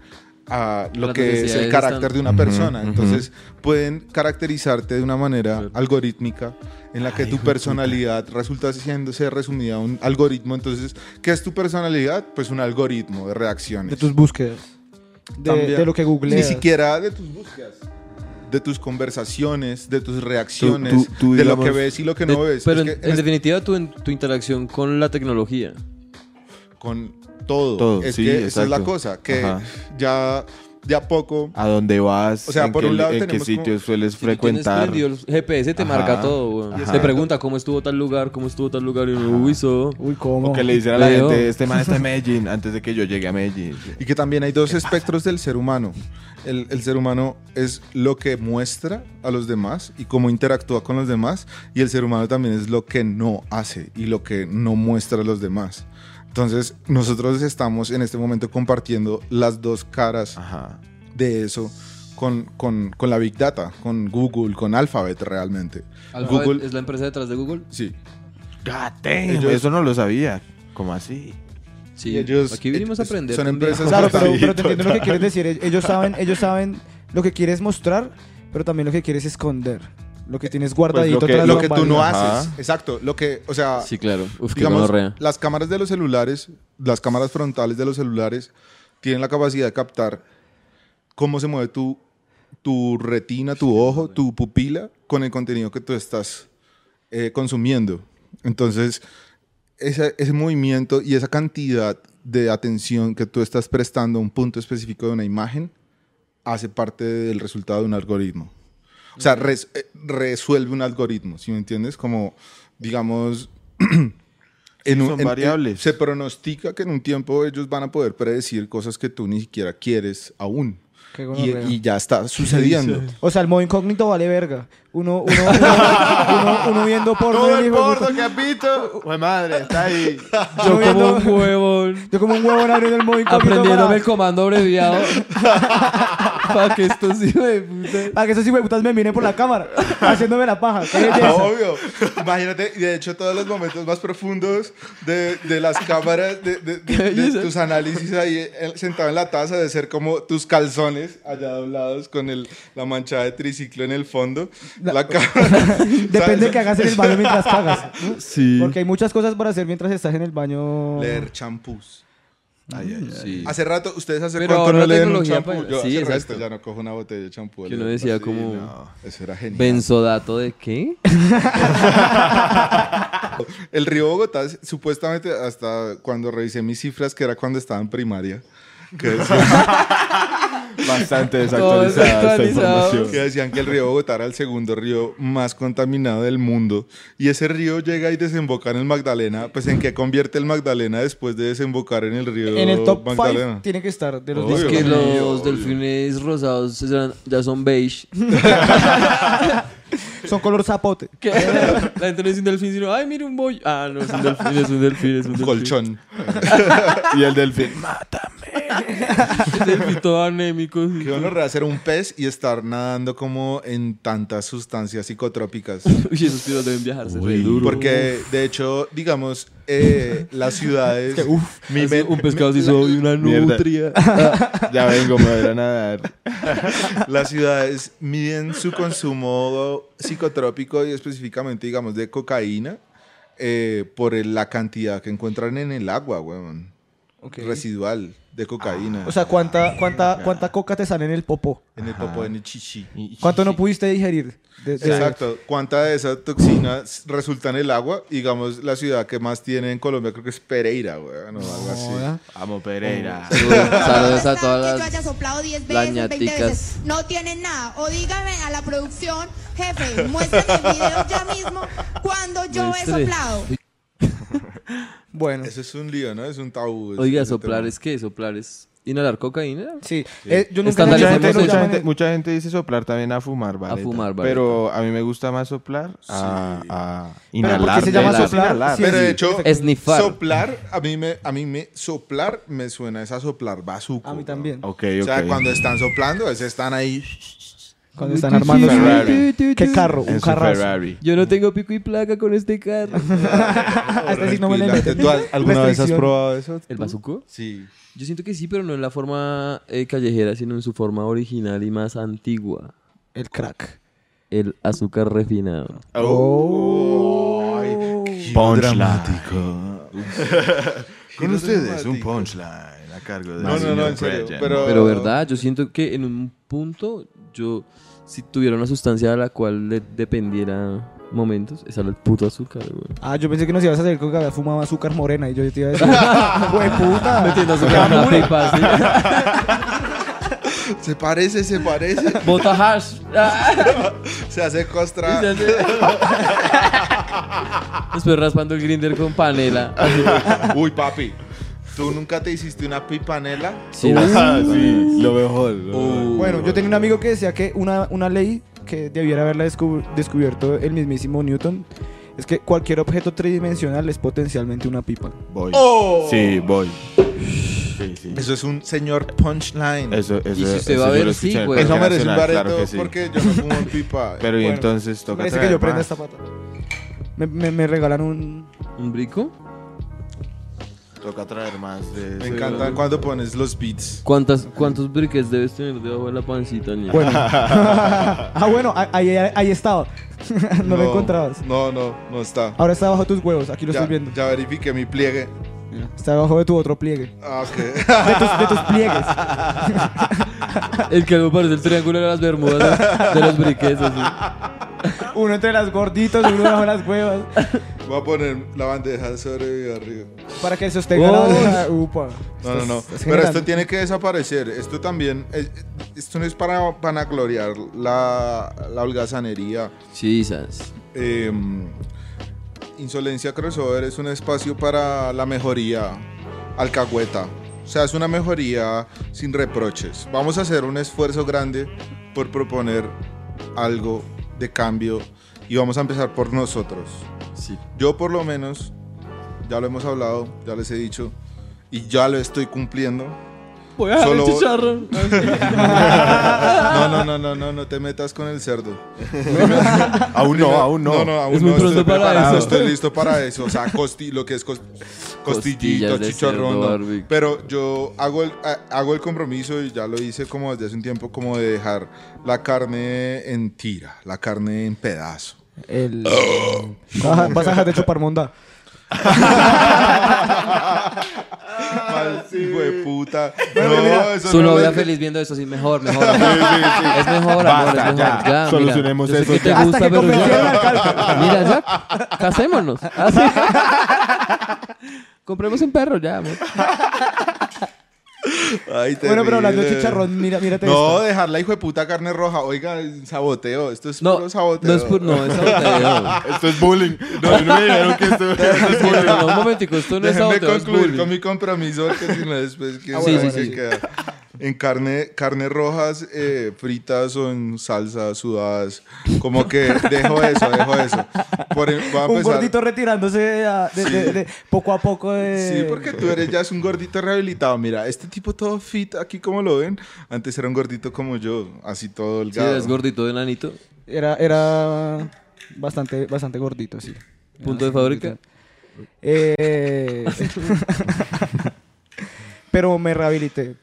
[SPEAKER 2] a lo
[SPEAKER 4] Las
[SPEAKER 2] que es el
[SPEAKER 4] necesidades
[SPEAKER 2] carácter
[SPEAKER 4] están-
[SPEAKER 2] de una persona.
[SPEAKER 5] ujú.
[SPEAKER 2] Entonces, pueden caracterizarte de una manera algorítmica en la que tu personalidad resulta siéndose resumida a un algoritmo. Entonces, ¿qué es tu personalidad? Pues un algoritmo de reacciones.
[SPEAKER 6] de tus búsquedas. De,
[SPEAKER 2] También.
[SPEAKER 6] de lo que googleas.
[SPEAKER 2] Ni siquiera de tus búsquedas. De tus conversaciones, de tus reacciones,
[SPEAKER 5] Tú- tú,
[SPEAKER 2] de lo
[SPEAKER 5] digamos,
[SPEAKER 2] que ves y lo que no
[SPEAKER 4] De-
[SPEAKER 2] ves.
[SPEAKER 4] Eh, Pero
[SPEAKER 2] Es
[SPEAKER 4] en,
[SPEAKER 2] que
[SPEAKER 4] en
[SPEAKER 2] es
[SPEAKER 4] definitiva, tu, en- tu interacción con la tecnología.
[SPEAKER 2] con todo.
[SPEAKER 5] Todo,
[SPEAKER 2] es
[SPEAKER 5] sí,
[SPEAKER 2] que esa es la
[SPEAKER 5] exacto.
[SPEAKER 2] cosa, que
[SPEAKER 5] Ajá.
[SPEAKER 2] ya de a poco
[SPEAKER 5] ¿A dónde vas?
[SPEAKER 2] O sea,
[SPEAKER 5] ¿En
[SPEAKER 2] por
[SPEAKER 5] qué,
[SPEAKER 2] un lado
[SPEAKER 5] en qué
[SPEAKER 2] tenemos como-
[SPEAKER 5] sitios sueles
[SPEAKER 4] Si tú tienes
[SPEAKER 5] frecuentar?
[SPEAKER 4] prendido el GPS te
[SPEAKER 5] Ajá,
[SPEAKER 4] marca todo, weón.
[SPEAKER 5] ajá.
[SPEAKER 4] Te pregunta cómo estuvo tal lugar, cómo estuvo tal lugar, y uno, uy, eso.
[SPEAKER 6] Uy, ¿cómo?
[SPEAKER 5] O que le dicen a la
[SPEAKER 4] Leo.
[SPEAKER 5] gente, este man está en Medellín, antes de que yo llegue a Medellín.
[SPEAKER 2] y que también hay dos espectros del ser humano. El, el ser humano es lo que muestra a los demás y cómo interactúa con los demás. Y el ser humano también es lo que no hace y lo que no muestra a los demás. Entonces,
[SPEAKER 5] Ah.
[SPEAKER 2] nosotros estamos en este momento compartiendo las dos caras
[SPEAKER 5] Ajá.
[SPEAKER 2] de eso con, con- con la Big Data, con Google, con Alphabet realmente.
[SPEAKER 4] Alphabet
[SPEAKER 2] Google-
[SPEAKER 4] ¿Es la empresa detrás de Google?
[SPEAKER 2] Sí.
[SPEAKER 5] Pues God damn,
[SPEAKER 2] Ellos-
[SPEAKER 5] eso no lo sabía. ¿Cómo así?
[SPEAKER 4] Sí.
[SPEAKER 2] Y ellos-
[SPEAKER 4] Aquí vinimos a
[SPEAKER 2] ellos-
[SPEAKER 4] aprender.
[SPEAKER 2] son
[SPEAKER 4] un día.
[SPEAKER 2] empresas-
[SPEAKER 6] Claro, pero,
[SPEAKER 2] Sí,
[SPEAKER 6] pero te entiendo lo que
[SPEAKER 2] total.
[SPEAKER 6] quieres decir. E- Ellos saben, ellos saben lo que quieres mostrar, pero también lo que quieres esconder. Lo que tienes guardadito
[SPEAKER 5] que-
[SPEAKER 6] tras
[SPEAKER 2] Pues Lo que tú no
[SPEAKER 6] bambalinas.
[SPEAKER 5] Ajá.
[SPEAKER 2] haces. Exacto. Lo que, o sea,
[SPEAKER 4] Sí, claro. Uf, qué
[SPEAKER 2] digamos,
[SPEAKER 4] gonorrea.
[SPEAKER 2] las cámaras de los celulares, las cámaras frontales de los celulares, tienen la capacidad de captar cómo se mueve tu, tu retina, tu ojo, tu pupila con el contenido que tú estás eh, consumiendo. Entonces, esa- ese movimiento y esa cantidad de atención que tú estás prestando a un punto específico de una imagen hace parte del resultado de un algoritmo. O sea, res- eh, resuelve un algoritmo, ¿sí me entiendes? Como, digamos, en eh,
[SPEAKER 5] Son variables.
[SPEAKER 2] se pronostica que en un tiempo ellos van a poder predecir cosas que tú ni siquiera quieres aún.
[SPEAKER 6] Qué
[SPEAKER 2] Y,
[SPEAKER 6] gonorrea.
[SPEAKER 2] y ya está sucediendo.
[SPEAKER 6] O sea, el modo incógnito vale verga. Uno, uno, uno, uno- uno viendo porno. y el hijo de puta-
[SPEAKER 5] capito. Pues madre, está ahí.
[SPEAKER 6] uno
[SPEAKER 4] Yo como
[SPEAKER 6] viendo-
[SPEAKER 4] un huevón.
[SPEAKER 6] Yo como un huevo abriendo el modo incógnito.
[SPEAKER 4] Aprendiéndome
[SPEAKER 6] para-
[SPEAKER 4] el comando abreviado. Para que esto sí me puta.
[SPEAKER 6] Para que esos putas me miren por la cámara, haciéndome la paja. Qué belleza.
[SPEAKER 2] Obvio. Ah, Imagínate, y de hecho, todos los momentos más profundos de, de las cámaras, de, de- de- de
[SPEAKER 4] belleza.
[SPEAKER 2] tus análisis ahí eh, sentado en la taza, de ser como tus calzones allá doblados con el, la manchada de triciclo en el fondo. La, cámara.
[SPEAKER 6] Depende que hagas en el baño mientras cagas.
[SPEAKER 4] Sí.
[SPEAKER 6] Porque hay muchas cosas por hacer mientras estás en el baño.
[SPEAKER 2] Leer champús.
[SPEAKER 4] Sí.
[SPEAKER 2] Hace rato, ustedes hace
[SPEAKER 4] Pero
[SPEAKER 2] cuánto
[SPEAKER 4] ahora
[SPEAKER 2] no
[SPEAKER 4] la
[SPEAKER 2] leen un
[SPEAKER 4] tecnología
[SPEAKER 2] champú.
[SPEAKER 4] para-
[SPEAKER 2] Yo
[SPEAKER 4] Sí,
[SPEAKER 2] hace
[SPEAKER 4] exacto.
[SPEAKER 2] resto ya no cojo una botella de champú.
[SPEAKER 4] Que uno
[SPEAKER 2] no
[SPEAKER 4] decía como-
[SPEAKER 2] Eso era genial.
[SPEAKER 4] Benzodato de qué?
[SPEAKER 2] El río Bogotá, supuestamente, hasta cuando revisé mis cifras, que era cuando estaba en primaria, que decía-
[SPEAKER 5] Bastante
[SPEAKER 4] Todo
[SPEAKER 5] desactualizada esta
[SPEAKER 4] desactualizado.
[SPEAKER 5] información.
[SPEAKER 2] que decían que el río Bogotá era el segundo río más contaminado del mundo. Y ese río llega y desemboca en el Magdalena. Pues, ¿en qué convierte el Magdalena después de desembocar en el río
[SPEAKER 6] En el top 5
[SPEAKER 2] Magdalena? Oh.
[SPEAKER 6] tiene que estar de los
[SPEAKER 2] Obvio.
[SPEAKER 4] Es
[SPEAKER 6] discos.
[SPEAKER 4] que
[SPEAKER 2] Sí,
[SPEAKER 4] los
[SPEAKER 2] obvio.
[SPEAKER 4] delfines rosados serán- ya son beige.
[SPEAKER 6] Son color zapote.
[SPEAKER 4] ¿Qué? La gente no es un delfín, sino, ay, mira un bollo. Ah, no, es un delfín, es un delfín, es un delfín.
[SPEAKER 2] Colchón.
[SPEAKER 5] Y el delfín.
[SPEAKER 4] Es delfín todo anémico.
[SPEAKER 2] Que uno hacer un pez y estar nadando como en tantas sustancias psicotrópicas.
[SPEAKER 4] Uy, esos tiros deben viajarse re
[SPEAKER 1] Uy.
[SPEAKER 4] duro.
[SPEAKER 2] Porque, de hecho, digamos, eh, las ciudades... mi
[SPEAKER 4] Así,
[SPEAKER 2] men-
[SPEAKER 4] un pescado se hizo hoy una
[SPEAKER 5] Mierda.
[SPEAKER 4] nutria.
[SPEAKER 5] Ya vengo, me voy a nadar.
[SPEAKER 2] Las ciudades miden su consumo psicotrópico y específicamente, digamos, de cocaína eh, por el- la cantidad que encuentran en el agua, weón. Residual de cocaína.
[SPEAKER 6] Ah, O sea, ¿cuánta, cuánta, ¿cuánta coca te sale en el popó?
[SPEAKER 2] en el popo, en el chichi.
[SPEAKER 6] ¿Cuánto no pudiste digerir? De- de-
[SPEAKER 2] Exacto. ¿Cuánta de esa toxina s- resulta en el agua? Digamos, la ciudad que más tiene en Colombia creo que es Pereira, weón, o algo así.
[SPEAKER 5] Vamos, Pereira.
[SPEAKER 4] Saludos, saludos a
[SPEAKER 8] Está
[SPEAKER 4] todas
[SPEAKER 8] que yo haya
[SPEAKER 4] las...
[SPEAKER 8] soplado 10
[SPEAKER 4] las
[SPEAKER 8] veces, 20
[SPEAKER 4] ñaticas.
[SPEAKER 8] veces. este No tienen nada. O dígame a la producción, jefe, muéstrame el video ya mismo cuando yo
[SPEAKER 4] Muestre.
[SPEAKER 8] he soplado.
[SPEAKER 6] Bueno,
[SPEAKER 2] Eso es un lío, ¿no? Es un tabú.
[SPEAKER 4] Oiga,
[SPEAKER 2] ese
[SPEAKER 4] soplar
[SPEAKER 2] tema.
[SPEAKER 4] es qué? Soplar es inhalar cocaína.
[SPEAKER 6] sí. Eh, yo nunca
[SPEAKER 4] Estandarizamos
[SPEAKER 6] entendí
[SPEAKER 5] Mucha
[SPEAKER 6] por
[SPEAKER 5] gente,
[SPEAKER 6] qué lo
[SPEAKER 5] mucha,
[SPEAKER 6] llaman
[SPEAKER 5] gente,
[SPEAKER 6] el-
[SPEAKER 5] mucha gente dice soplar también a fumar, ¿vale?
[SPEAKER 4] fumar, vareta.
[SPEAKER 5] Pero a mí me gusta más soplar a, a
[SPEAKER 6] Pero
[SPEAKER 5] inhalar.
[SPEAKER 6] ¿por qué se llama
[SPEAKER 4] inhalar,
[SPEAKER 6] soplar?
[SPEAKER 5] inhalar.
[SPEAKER 6] Sí,
[SPEAKER 2] Ah, Pero
[SPEAKER 6] sí.
[SPEAKER 2] de hecho,
[SPEAKER 4] Esnifar.
[SPEAKER 2] soplar, a mí me, a mí me, soplar me suena es a soplar bazuco.
[SPEAKER 6] A mí
[SPEAKER 2] weón.
[SPEAKER 6] también.
[SPEAKER 5] Ok, ok.
[SPEAKER 2] O sea, cuando están soplando, es- están ahí.
[SPEAKER 6] Cuando están armando su-
[SPEAKER 5] Ferrari.
[SPEAKER 6] ¿Qué carro?
[SPEAKER 5] En
[SPEAKER 6] Un
[SPEAKER 5] su
[SPEAKER 6] carrazo.
[SPEAKER 5] Ferrari.
[SPEAKER 4] Yo no tengo pico y placa con este carro.
[SPEAKER 6] Ah, este sí no me le
[SPEAKER 2] Respirar.
[SPEAKER 6] meten.
[SPEAKER 2] ¿Tú al- alguna vez has
[SPEAKER 6] Restricción.
[SPEAKER 2] probado eso?
[SPEAKER 4] ¿El bazuco?
[SPEAKER 2] Sí.
[SPEAKER 4] Yo siento que sí, pero no en la forma eh, callejera, sino en su forma original y más antigua.
[SPEAKER 6] El crack.
[SPEAKER 4] El azúcar refinado.
[SPEAKER 5] Oh.
[SPEAKER 2] Oh,
[SPEAKER 5] Punchline. Con ustedes, un punchline a cargo de
[SPEAKER 2] No, no, no, en serio. Pero,
[SPEAKER 4] Pero verdad, yo siento que en un punto, yo, si tuviera una sustancia a la cual le dependiera momentos, esa era el puto azúcar, güey.
[SPEAKER 6] Ah, yo pensé que nos ibas a hacer con que había fumado azúcar morena y yo te iba a decir, ¡Hueputa!
[SPEAKER 4] Metiendo azúcar en una pipa, así.
[SPEAKER 2] Se parece, se parece.
[SPEAKER 4] Bota hash. Ah,
[SPEAKER 2] se hace
[SPEAKER 4] Y se
[SPEAKER 2] costra.
[SPEAKER 4] hace- Después raspando el grinder con panela.
[SPEAKER 2] Uy, papi. ¿Tú nunca te hiciste una pipanela?
[SPEAKER 4] Sí,
[SPEAKER 5] sí, Uh. lo mejor.
[SPEAKER 6] Bueno, yo tenía un amigo que decía que una, una ley que debiera haberla descu- descubierto el mismísimo Newton es que cualquier objeto tridimensional es potencialmente una pipa.
[SPEAKER 5] Voy. Sí, voy. Oh. Sí, sí.
[SPEAKER 2] Eso es un señor punchline.
[SPEAKER 5] Eso, eso,
[SPEAKER 4] si usted
[SPEAKER 5] eso
[SPEAKER 4] va a
[SPEAKER 5] yo
[SPEAKER 4] ver,
[SPEAKER 5] lo
[SPEAKER 4] sí,
[SPEAKER 5] escuché en el
[SPEAKER 4] güey.
[SPEAKER 5] Colegio
[SPEAKER 2] Eso merece un
[SPEAKER 5] Nacional,
[SPEAKER 2] bareto
[SPEAKER 5] claro que sí.
[SPEAKER 2] porque yo no fumo en pipa.
[SPEAKER 5] Pero y
[SPEAKER 6] Bueno,
[SPEAKER 5] entonces toca
[SPEAKER 6] Parece que yo
[SPEAKER 5] traer
[SPEAKER 6] prenda
[SPEAKER 5] más.
[SPEAKER 6] esta pata. Me, me, me regalan un.
[SPEAKER 4] ¿Un brico?
[SPEAKER 5] Toca traer más de
[SPEAKER 2] Me
[SPEAKER 5] eso.
[SPEAKER 2] encanta cuando pones los beats.
[SPEAKER 4] ¿Cuántas, ¿Cuántos briques debes tener debajo de la pancita, niña?
[SPEAKER 6] Bueno. ah, bueno, ahí, ahí, ahí estaba. no, lo encontrabas.
[SPEAKER 2] No, no, no está.
[SPEAKER 6] Ahora está bajo tus huevos, aquí lo
[SPEAKER 2] ya,
[SPEAKER 6] estoy viendo.
[SPEAKER 2] ya verifiqué mi pliegue.
[SPEAKER 6] Está debajo de tu otro pliegue.
[SPEAKER 2] Ah, ok.
[SPEAKER 6] De tus, de tus pliegues.
[SPEAKER 4] El que me parece el triángulo de las bermudas de los briques, así.
[SPEAKER 6] Uno entre las gorditos, uno bajo las huevas.
[SPEAKER 2] Voy a poner la bandeja de sobrevivir arriba.
[SPEAKER 6] Para que sostenga la
[SPEAKER 4] Oh.
[SPEAKER 6] bandeja. Upa.
[SPEAKER 2] No, no, no.
[SPEAKER 6] Estás- estás
[SPEAKER 2] Pero esto
[SPEAKER 6] generando.
[SPEAKER 2] tiene que desaparecer. Esto también. eh, Esto no es para vanagloriar la, la holgazanería.
[SPEAKER 4] Chisas.
[SPEAKER 2] Eh, Insolencia Crossover es un espacio para la mejoría alcahueta. O sea, es una mejoría sin reproches. Vamos a hacer un esfuerzo grande por proponer algo de cambio y vamos a empezar por nosotros.
[SPEAKER 4] Sí.
[SPEAKER 2] Yo por lo menos, ya lo hemos hablado, ya les he dicho y ya lo estoy cumpliendo.
[SPEAKER 4] Voy a dejar
[SPEAKER 2] Solo-
[SPEAKER 4] el chicharro.
[SPEAKER 2] No, no, no, no, no, no te metas con el cerdo.
[SPEAKER 5] Aún no, aún no.
[SPEAKER 2] No, no, aún
[SPEAKER 4] Es muy
[SPEAKER 2] no estoy
[SPEAKER 4] pronto para
[SPEAKER 2] preparado,
[SPEAKER 4] eso.
[SPEAKER 2] estoy listo para eso. O sea, costi, lo que es cos- costillito,
[SPEAKER 4] Costillas de
[SPEAKER 2] chicharrón.
[SPEAKER 4] cerdo,
[SPEAKER 2] ¿no?
[SPEAKER 4] Arvic.
[SPEAKER 2] Pero yo hago el, a- hago el compromiso y ya lo hice como desde hace un tiempo, como de dejar la carne en tira, la carne en pedazo.
[SPEAKER 6] El... Vas a- Vas a dejar de chupar monda.
[SPEAKER 2] Mal, hijo de puta.
[SPEAKER 6] Bueno,
[SPEAKER 2] No,
[SPEAKER 6] mira,
[SPEAKER 2] eso
[SPEAKER 4] Su
[SPEAKER 2] no lo
[SPEAKER 4] novia
[SPEAKER 2] dejé.
[SPEAKER 4] feliz viendo eso, sí, mejor, mejor. Es mejor, amor, es
[SPEAKER 5] Basta,
[SPEAKER 4] mejor.
[SPEAKER 5] ya.
[SPEAKER 4] Ya,
[SPEAKER 5] Solucionemos
[SPEAKER 4] mira, yo sé
[SPEAKER 5] eso.
[SPEAKER 4] que te
[SPEAKER 6] Hasta
[SPEAKER 4] gusta,
[SPEAKER 6] que
[SPEAKER 4] pero
[SPEAKER 6] convencieron al
[SPEAKER 4] ya. Mira, ya. Casémonos. Así. Compremos un perro ya, amor.
[SPEAKER 2] Ay,
[SPEAKER 6] Bueno, pero hablando de
[SPEAKER 2] terrible.
[SPEAKER 6] chicharrón, mira, mírate
[SPEAKER 2] No,
[SPEAKER 6] esto.
[SPEAKER 2] dejar la hijo de puta carne roja. Oiga, saboteo. Esto es
[SPEAKER 4] No,
[SPEAKER 2] puro saboteo.
[SPEAKER 4] no es por no, es saboteo.
[SPEAKER 5] Esto es bullying. No, no me dijeron que esto
[SPEAKER 4] Sí, no, no, un momentico, esto no es
[SPEAKER 2] Déjenme
[SPEAKER 4] saboteo, es
[SPEAKER 2] concluir
[SPEAKER 4] bullying.
[SPEAKER 2] con mi compromiso, que si no después que
[SPEAKER 4] Ah, bueno,
[SPEAKER 2] sí,
[SPEAKER 4] bueno, sí.
[SPEAKER 2] En carne, carne rojas eh, fritas o en salsa sudadas. Como que dejo eso, dejo eso. Por, em, voy a
[SPEAKER 6] Un
[SPEAKER 2] empezar-
[SPEAKER 6] gordito retirándose a- de, de- de- poco a poco de...
[SPEAKER 2] Sí, porque tú eres ya es un gordito rehabilitado. Mira, este tipo todo fit, aquí como lo ven. Antes era un gordito como yo, así todo
[SPEAKER 4] Sí,
[SPEAKER 2] delgado.
[SPEAKER 4] es gordito, enanito.
[SPEAKER 6] Era, era bastante, bastante gordito, sí.
[SPEAKER 2] Ah,
[SPEAKER 4] Punto de fábrica.
[SPEAKER 6] Eh, pero me rehabilité.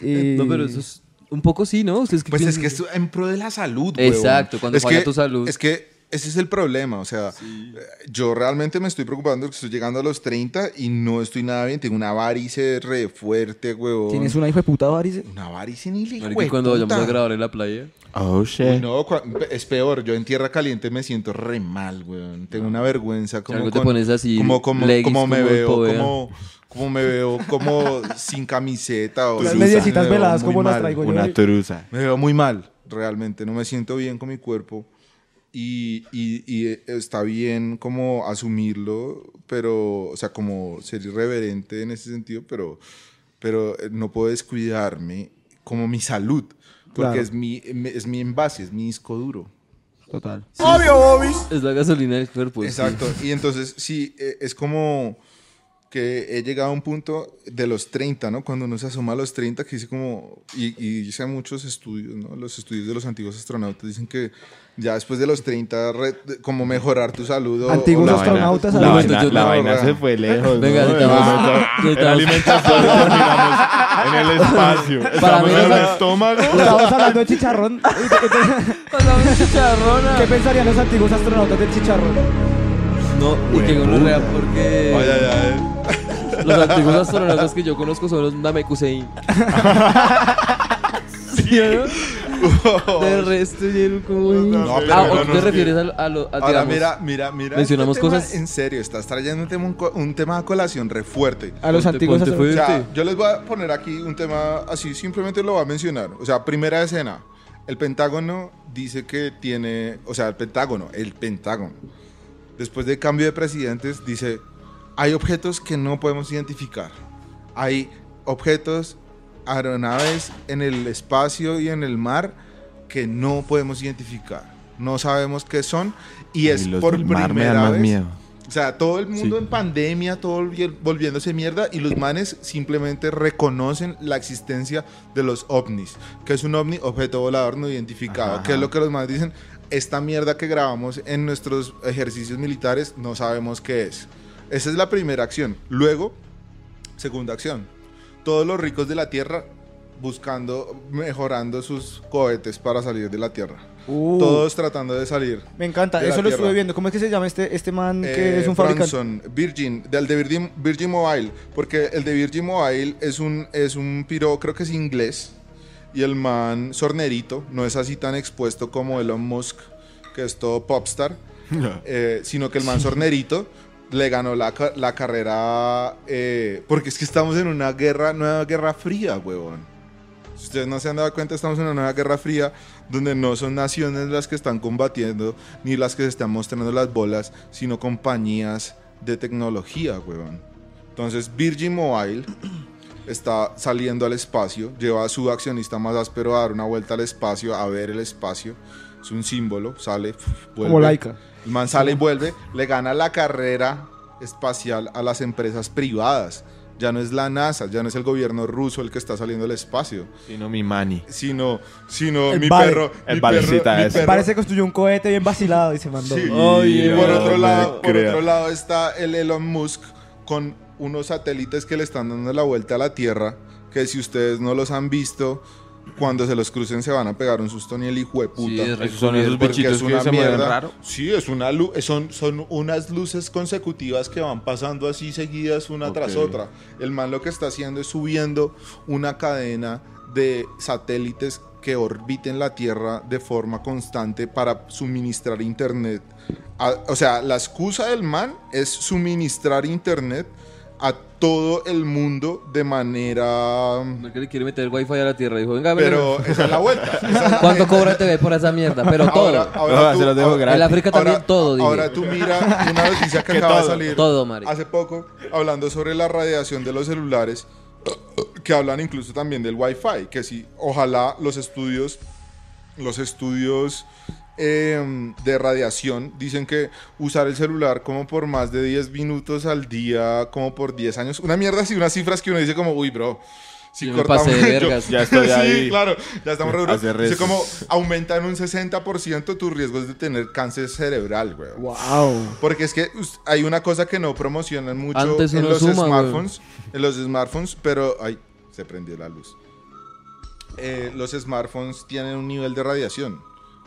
[SPEAKER 2] Eh,
[SPEAKER 6] Y...
[SPEAKER 4] No, pero eso es un poco sí, ¿no? Ustedes
[SPEAKER 2] Pues es
[SPEAKER 4] piensan?
[SPEAKER 2] que esto en pro de la salud, huevón.
[SPEAKER 4] Exacto, cuando
[SPEAKER 2] es
[SPEAKER 4] falla
[SPEAKER 2] que-
[SPEAKER 4] tu salud.
[SPEAKER 2] Es que ese es el problema, o sea, eh, yo realmente me estoy preocupando que estoy llegando a los 30 y no estoy nada bien, tengo una varice re fuerte, huevón.
[SPEAKER 6] ¿Tienes una hija de puta varice?
[SPEAKER 2] una varice ni le
[SPEAKER 4] Marica,
[SPEAKER 2] hijo de
[SPEAKER 4] cuando vayamos
[SPEAKER 2] puta.
[SPEAKER 4] a grabar en la playa.
[SPEAKER 5] Oh,
[SPEAKER 2] Uy,
[SPEAKER 5] shit.
[SPEAKER 2] No, cua- es peor, yo en tierra caliente me siento re mal, weón. Tengo una vergüenza como
[SPEAKER 4] Algo te pones así,
[SPEAKER 2] como como,
[SPEAKER 4] leggings,
[SPEAKER 2] como me
[SPEAKER 4] como
[SPEAKER 2] veo,
[SPEAKER 4] povea.
[SPEAKER 2] como como me veo como sin camiseta o
[SPEAKER 6] Las
[SPEAKER 2] sin-
[SPEAKER 6] mediecitas
[SPEAKER 2] me veo
[SPEAKER 6] veladas,
[SPEAKER 2] muy
[SPEAKER 6] como las
[SPEAKER 2] mal.
[SPEAKER 6] traigo yo.
[SPEAKER 5] Una truza.
[SPEAKER 2] Me veo muy mal, realmente. No me siento bien con mi cuerpo. Y, y- y está bien como asumirlo, pero, o sea, como ser irreverente en ese sentido, pero, pero eh, no puedo descuidarme como mi salud, porque
[SPEAKER 6] Claro.
[SPEAKER 2] es, mi, es mi envase, es mi disco duro.
[SPEAKER 6] Total.
[SPEAKER 4] Es la gasolina del cuerpo. Pues sí.
[SPEAKER 2] Exacto. Y entonces, sí, eh, es como que he llegado a un punto de los 30, ¿no? Cuando uno se asoma a los 30, que dice como, y, y dicen muchos estudios, ¿no? Los estudios de los antiguos astronautas dicen que ya después de los 30, re- de- como mejorar tu salud. o-
[SPEAKER 6] Antiguos
[SPEAKER 2] o la-
[SPEAKER 6] astronautas. astronautas
[SPEAKER 5] la
[SPEAKER 4] a
[SPEAKER 5] vaina,
[SPEAKER 4] ver.
[SPEAKER 5] la
[SPEAKER 2] No,
[SPEAKER 5] vaina
[SPEAKER 2] weón.
[SPEAKER 5] se fue lejos.
[SPEAKER 4] Venga,
[SPEAKER 5] ¿no?
[SPEAKER 4] si te vas-
[SPEAKER 5] En
[SPEAKER 4] si te vas-
[SPEAKER 5] alimentación terminamos en el espacio. Estamos
[SPEAKER 4] mí
[SPEAKER 5] en el
[SPEAKER 4] no-
[SPEAKER 5] estómago.
[SPEAKER 6] Estábamos hablando de chicharrón. ¿Qué pensarían los antiguos astronautas del chicharrón?
[SPEAKER 4] No, y que uno vea porque
[SPEAKER 2] Ay, ay, ay.
[SPEAKER 4] los antiguos astronautas que yo conozco son los Namekusein. ¿Sí o no? De resto, yo como...
[SPEAKER 2] No, pero
[SPEAKER 4] ah,
[SPEAKER 2] bueno,
[SPEAKER 4] ¿o tú
[SPEAKER 2] no
[SPEAKER 4] te
[SPEAKER 2] sé.
[SPEAKER 4] refieres a, lo- a lo- a,
[SPEAKER 2] Ahora
[SPEAKER 4] digamos,
[SPEAKER 2] mira, mira, mira.
[SPEAKER 4] mencionamos
[SPEAKER 2] tema
[SPEAKER 4] cosas-
[SPEAKER 2] En serio, estás trayendo un tema, un, co- un tema a colación re fuerte.
[SPEAKER 6] A los
[SPEAKER 4] Ponte-
[SPEAKER 6] antiguos
[SPEAKER 4] ponte
[SPEAKER 2] O
[SPEAKER 6] astronautas.
[SPEAKER 2] sea,
[SPEAKER 5] Pues
[SPEAKER 4] Fuerte.
[SPEAKER 2] yo les voy a poner aquí un tema así, simplemente lo voy a mencionar. O sea, primera escena. El Pentágono dice que tiene, o sea, el Pentágono, el Pentágono. Después de cambio de presidentes dice, hay objetos que no podemos identificar. Hay objetos, aeronaves en el espacio y en el mar que no podemos identificar. No sabemos qué son y es
[SPEAKER 5] Y los
[SPEAKER 2] por
[SPEAKER 5] del mar me
[SPEAKER 2] primera
[SPEAKER 5] dan más
[SPEAKER 2] vez.
[SPEAKER 5] miedo.
[SPEAKER 2] O sea, todo el mundo en pandemia, todo volvi- volviéndose mierda, y los manes simplemente reconocen la existencia de los ovnis. que es un ovni? Objeto volador no identificado. ¿Qué es lo que los manes dicen? Esta mierda que grabamos en nuestros ejercicios militares no sabemos qué es. Esa es la primera acción. Luego, segunda acción. Todos los ricos de la Tierra buscando, mejorando sus cohetes para salir de la Tierra.
[SPEAKER 6] Uh,
[SPEAKER 2] Todos tratando de salir.
[SPEAKER 6] me encanta,
[SPEAKER 2] de la
[SPEAKER 6] eso lo
[SPEAKER 2] tierra.
[SPEAKER 6] estuve viendo. ¿Cómo es que se llama este, este man que
[SPEAKER 2] Eh,
[SPEAKER 6] es un fabricante?
[SPEAKER 2] Branson, Virgin, del de Virgin, Virgin Mobile, porque el de Virgin Mobile es un, es un piro, creo que es inglés, y el man sornerito, no es así tan expuesto como Elon Musk, que es todo popstar, eh, sino que el man sornerito le ganó la, ca- la carrera, eh, porque es que estamos en una guerra, nueva guerra fría, huevón. Si ustedes no se han dado cuenta, estamos en una nueva guerra fría donde no son naciones las que están combatiendo ni las que se están mostrando las bolas, sino compañías de tecnología, weón. Entonces, Virgin Mobile está saliendo al espacio, lleva a su accionista más áspero a dar una vuelta al espacio, a ver el espacio. Es un símbolo, sale, vuelve.
[SPEAKER 6] Como laica.
[SPEAKER 2] El man sale y vuelve, le gana la carrera espacial a las empresas privadas. Ya no es la NASA, ya no es el gobierno ruso el que está saliendo al espacio,
[SPEAKER 5] Sino mi mani.
[SPEAKER 2] sino, sino
[SPEAKER 6] El
[SPEAKER 2] mi
[SPEAKER 6] vale.
[SPEAKER 2] perro,
[SPEAKER 5] El
[SPEAKER 2] mi
[SPEAKER 5] valecita
[SPEAKER 2] perro, mi
[SPEAKER 5] ese.
[SPEAKER 2] perro.
[SPEAKER 6] Parece que construyó un cohete bien vacilado y se mandó.
[SPEAKER 2] Sí.
[SPEAKER 5] Ay,
[SPEAKER 2] y por
[SPEAKER 5] no
[SPEAKER 2] otro
[SPEAKER 5] me
[SPEAKER 2] lado, por
[SPEAKER 5] crea.
[SPEAKER 2] otro lado está el Elon Musk con unos satélites que le están dando la vuelta a la Tierra, que si ustedes no los han visto, cuando se los crucen se van a pegar un susto ni el hijo de puta.
[SPEAKER 4] Sí, es re-
[SPEAKER 5] Esos son esos
[SPEAKER 2] Porque
[SPEAKER 5] bichitos
[SPEAKER 2] es una
[SPEAKER 5] que se mueven
[SPEAKER 2] mierda.
[SPEAKER 5] raro.
[SPEAKER 2] Sí, es una lu- son, son unas luces consecutivas que van pasando así seguidas una tras
[SPEAKER 5] Ok.
[SPEAKER 2] otra. El man lo que está haciendo es subiendo una cadena de satélites que orbiten la Tierra de forma constante para suministrar internet. A- o sea, la excusa del man es suministrar internet a todo el mundo de manera...
[SPEAKER 4] No es que le quiere meter wifi a la tierra. Dijo, venga, venga.
[SPEAKER 2] Pero esa es la vuelta. esa es la-
[SPEAKER 4] ¿Cuánto cobra TV por esa mierda? Pero todo.
[SPEAKER 2] Ahora, ahora
[SPEAKER 5] Ah,
[SPEAKER 2] tú-
[SPEAKER 5] se los dejo
[SPEAKER 2] ahora-
[SPEAKER 5] gratis.
[SPEAKER 4] En África también todo, dije.
[SPEAKER 2] Ahora tú mira una noticia que, acaba de salir
[SPEAKER 4] Todo, marica.
[SPEAKER 2] hace poco, hablando sobre la radiación de los celulares, que hablan incluso también del Wi-Fi, que sí, ojalá los estudios, los estudios em, de radiación dicen que usar el celular como por más de 10 minutos al día, como por 10 años, una mierda así, unas cifras que uno dice como, uy, bro. Si
[SPEAKER 4] Yo me pasé de
[SPEAKER 2] yo-
[SPEAKER 4] vergas.
[SPEAKER 5] Ya estoy
[SPEAKER 2] sí,
[SPEAKER 5] ahí.
[SPEAKER 2] claro, ya estamos re duros.
[SPEAKER 5] Hace
[SPEAKER 2] Dice
[SPEAKER 5] rezos.
[SPEAKER 2] como aumenta en un 60% tus riesgos de tener cáncer cerebral, güey.
[SPEAKER 6] Wow.
[SPEAKER 2] Porque es que us- hay una cosa que no promocionan mucho
[SPEAKER 4] Antes
[SPEAKER 2] en
[SPEAKER 4] uno
[SPEAKER 2] los
[SPEAKER 4] suma,
[SPEAKER 2] smartphones. En los smartphones, pero. Ay, se prendió la luz. Eh, los smartphones tienen un nivel de radiación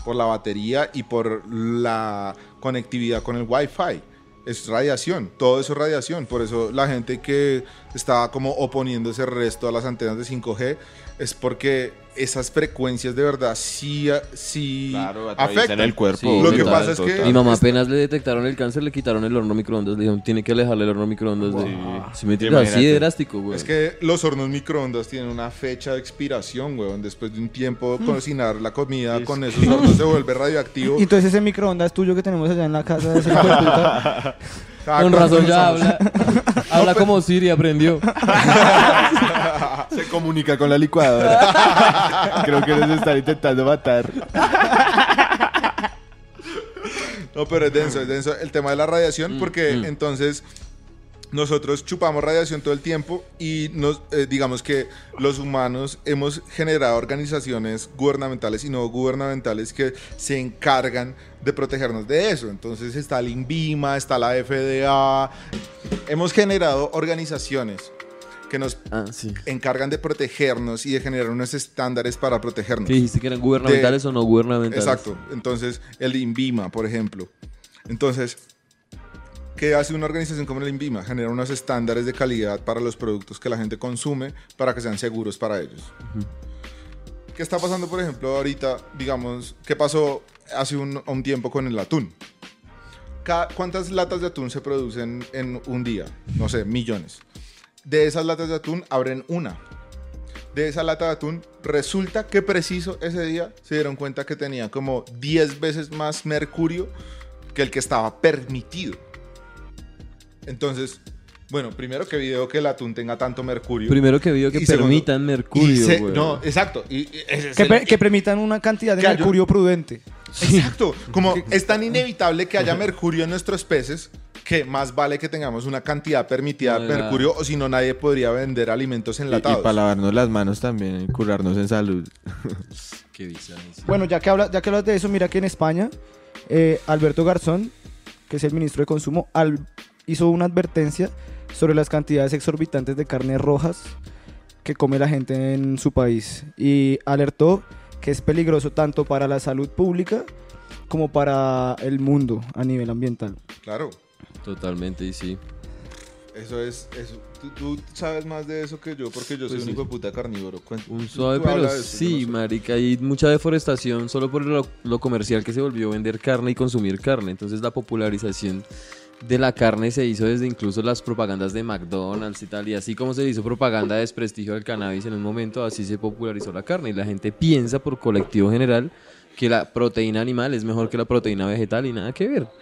[SPEAKER 2] por la batería y por la conectividad con el Wi-Fi. Es radiación, todo eso es radiación. Por eso la gente que está como oponiéndose el resto a las antenas de 5G es porque esas frecuencias de verdad sí, sí
[SPEAKER 5] Claro,
[SPEAKER 2] afectan.
[SPEAKER 5] atraviesan el cuerpo.
[SPEAKER 4] Sí, lo que
[SPEAKER 5] total,
[SPEAKER 2] pasa es que-
[SPEAKER 5] total.
[SPEAKER 4] Mi mamá apenas le detectaron el cáncer, le quitaron el horno microondas. Le dijeron, tiene que alejarle el horno microondas. de- Sí, me entiendes? así
[SPEAKER 5] Imagínate.
[SPEAKER 4] de drástico, güey.
[SPEAKER 2] Es que los hornos microondas tienen una fecha de expiración, weón. Después de un tiempo, cocinar la comida con esos hornos se vuelve radioactivo.
[SPEAKER 6] Y entonces ese microondas tuyo que tenemos allá en la casa de ese hijo de puta.
[SPEAKER 2] Ah,
[SPEAKER 4] Con
[SPEAKER 2] cuando
[SPEAKER 4] razón ya
[SPEAKER 2] usamos-
[SPEAKER 4] habla. habla como Siri, aprendió.
[SPEAKER 5] Se comunica con la licuadora. Creo que les están intentando matar.
[SPEAKER 2] No, pero es denso, es denso el tema de la radiación, porque entonces nosotros chupamos radiación todo el tiempo y nos, eh, digamos que los humanos hemos generado organizaciones gubernamentales y no gubernamentales que se encargan de protegernos de eso. Entonces está el INVIMA, está la FDA. Hemos generado organizaciones que nos
[SPEAKER 4] Ah, sí.
[SPEAKER 2] encargan de protegernos y de generar unos estándares para protegernos.
[SPEAKER 4] ¿Qué dijiste que eran gubernamentales o no gubernamentales?
[SPEAKER 2] Exacto. Entonces, el INVIMA, por ejemplo. Entonces, ¿qué hace una organización como el INVIMA? Genera unos estándares de calidad para los productos que la gente consume para que sean seguros para ellos. ¿Qué está pasando, por ejemplo, ahorita? Digamos, ¿qué pasó hace un, un tiempo con el atún? Ca- ¿Cuántas latas de atún se producen en un día? No sé, millones. De esas latas de atún abren una de esa lata de atún, resulta que preciso ese día se dieron cuenta que tenía como 10 veces más mercurio que el que estaba permitido. Entonces, bueno, primero que video que el atún tenga tanto mercurio.
[SPEAKER 4] Primero que vio que
[SPEAKER 2] Y segundo-
[SPEAKER 4] permitan
[SPEAKER 2] Y
[SPEAKER 4] mercurio,
[SPEAKER 2] se-
[SPEAKER 4] güey.
[SPEAKER 2] no, exacto. y- y ese es
[SPEAKER 6] que,
[SPEAKER 2] el-
[SPEAKER 6] per- que permitan una cantidad de
[SPEAKER 2] Claro, yo-
[SPEAKER 6] mercurio prudente.
[SPEAKER 2] Exacto. Como es tan inevitable que haya mercurio en nuestros peces, que más vale que tengamos una cantidad permitida de
[SPEAKER 4] No, de
[SPEAKER 2] mercurio, o si no nadie podría vender alimentos
[SPEAKER 5] Y, y
[SPEAKER 2] enlatados.
[SPEAKER 5] para lavarnos las manos también y curarnos en salud.
[SPEAKER 4] Qué visiones.
[SPEAKER 6] Bueno, ya que, habla, ya que hablas de eso, mira que en España, eh, Alberto Garzón, que es el ministro de Consumo, al- hizo una advertencia sobre las cantidades exorbitantes de carnes rojas que come la gente en su país y alertó que es peligroso tanto para la salud pública como para el mundo a nivel ambiental.
[SPEAKER 2] Claro,
[SPEAKER 4] Totalmente, y sí.
[SPEAKER 2] eso es. Eso. Tú, tú sabes más de eso que yo, porque yo soy
[SPEAKER 4] Pues
[SPEAKER 2] un
[SPEAKER 4] sí.
[SPEAKER 2] hijo de puta carnívoro. Cuen-
[SPEAKER 4] Un
[SPEAKER 2] tú-
[SPEAKER 4] suave,
[SPEAKER 2] tú
[SPEAKER 4] pero
[SPEAKER 2] habla de eso, yo
[SPEAKER 4] sí,
[SPEAKER 2] no sé.
[SPEAKER 4] marica. Hay mucha deforestación solo por lo, lo comercial que se volvió vender carne y consumir carne. Entonces la popularización de la carne se hizo desde incluso las propagandas de McDonald's y tal. Y así como se hizo propaganda de desprestigio del cannabis en un momento, así se popularizó la carne. Y la gente piensa por colectivo general que la proteína animal es mejor que la proteína vegetal y nada que ver. Nada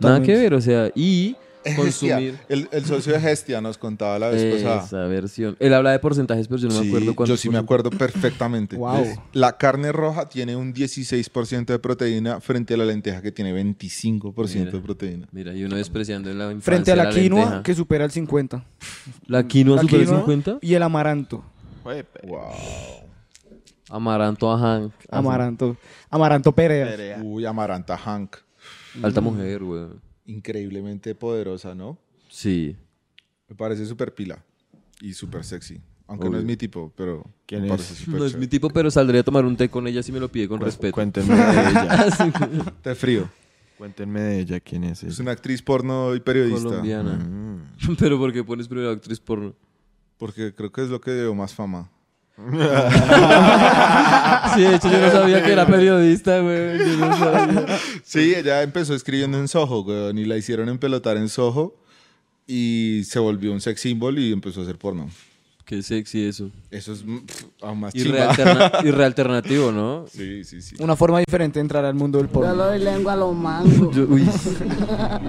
[SPEAKER 6] Totalmente.
[SPEAKER 4] que ver, o sea, y consumir...
[SPEAKER 2] Hestia, el, el socio de Gestia nos contaba la vez pasada.
[SPEAKER 4] Esa versión. Él habla de porcentajes, pero yo no me
[SPEAKER 2] Ah, Sí,
[SPEAKER 4] acuerdo cuánto.
[SPEAKER 2] yo sí me acuerdo perfectamente.
[SPEAKER 6] Wow.
[SPEAKER 2] La carne roja tiene un 16% de proteína frente a la lenteja que tiene 25% de
[SPEAKER 4] Mira.
[SPEAKER 2] proteína.
[SPEAKER 4] Mira, y uno despreciando en la infancia
[SPEAKER 6] Frente a la, quinoa,
[SPEAKER 4] lenteja.
[SPEAKER 6] que supera el 50.
[SPEAKER 4] ¿La quinoa
[SPEAKER 6] La
[SPEAKER 4] supera el
[SPEAKER 6] quinoa
[SPEAKER 4] 50?
[SPEAKER 6] Y el amaranto.
[SPEAKER 2] Ah, Wow.
[SPEAKER 4] Amaranto a Hank.
[SPEAKER 6] Amaranto. Amaranto Perea.
[SPEAKER 2] Uy, Amaranta Hank.
[SPEAKER 4] Alta mujer, weón.
[SPEAKER 2] Increíblemente poderosa, ¿no?
[SPEAKER 4] Sí.
[SPEAKER 2] Me parece súper pila y súper sexy. Aunque no
[SPEAKER 4] Obvio.
[SPEAKER 2] es mi tipo, pero
[SPEAKER 5] ¿Quién
[SPEAKER 2] me
[SPEAKER 5] es?
[SPEAKER 2] parece súper
[SPEAKER 4] No es mi
[SPEAKER 2] chévere. Pues,
[SPEAKER 4] tipo, pero saldría a tomar un té con ella si me lo pide con respeto.
[SPEAKER 5] Cuéntenme de ella.
[SPEAKER 4] Sí,
[SPEAKER 2] Te frío.
[SPEAKER 5] Cuéntenme de ella quién es
[SPEAKER 2] Es
[SPEAKER 5] ella.
[SPEAKER 2] una actriz porno y periodista.
[SPEAKER 4] Colombiana.
[SPEAKER 5] Mm.
[SPEAKER 4] Pero ¿por qué pones primero actriz porno?
[SPEAKER 2] Porque creo que es lo que dio más fama.
[SPEAKER 4] Sí, de hecho yo no sabía que era periodista, weón. Yo no sabía.
[SPEAKER 2] Sí, ella empezó escribiendo en Soho, weón, y la hicieron empelotar en Soho y se volvió un sex symbol y empezó a hacer porno.
[SPEAKER 4] Qué sexy eso.
[SPEAKER 2] Eso es mm, pf, aún más
[SPEAKER 4] Y,
[SPEAKER 2] chimba.
[SPEAKER 4] realterna- y realternativo, ¿no?
[SPEAKER 2] Sí, sí, sí.
[SPEAKER 6] Una forma diferente de entrar al mundo del porno.
[SPEAKER 7] doy lengua a los mangos.
[SPEAKER 4] Yo- uy.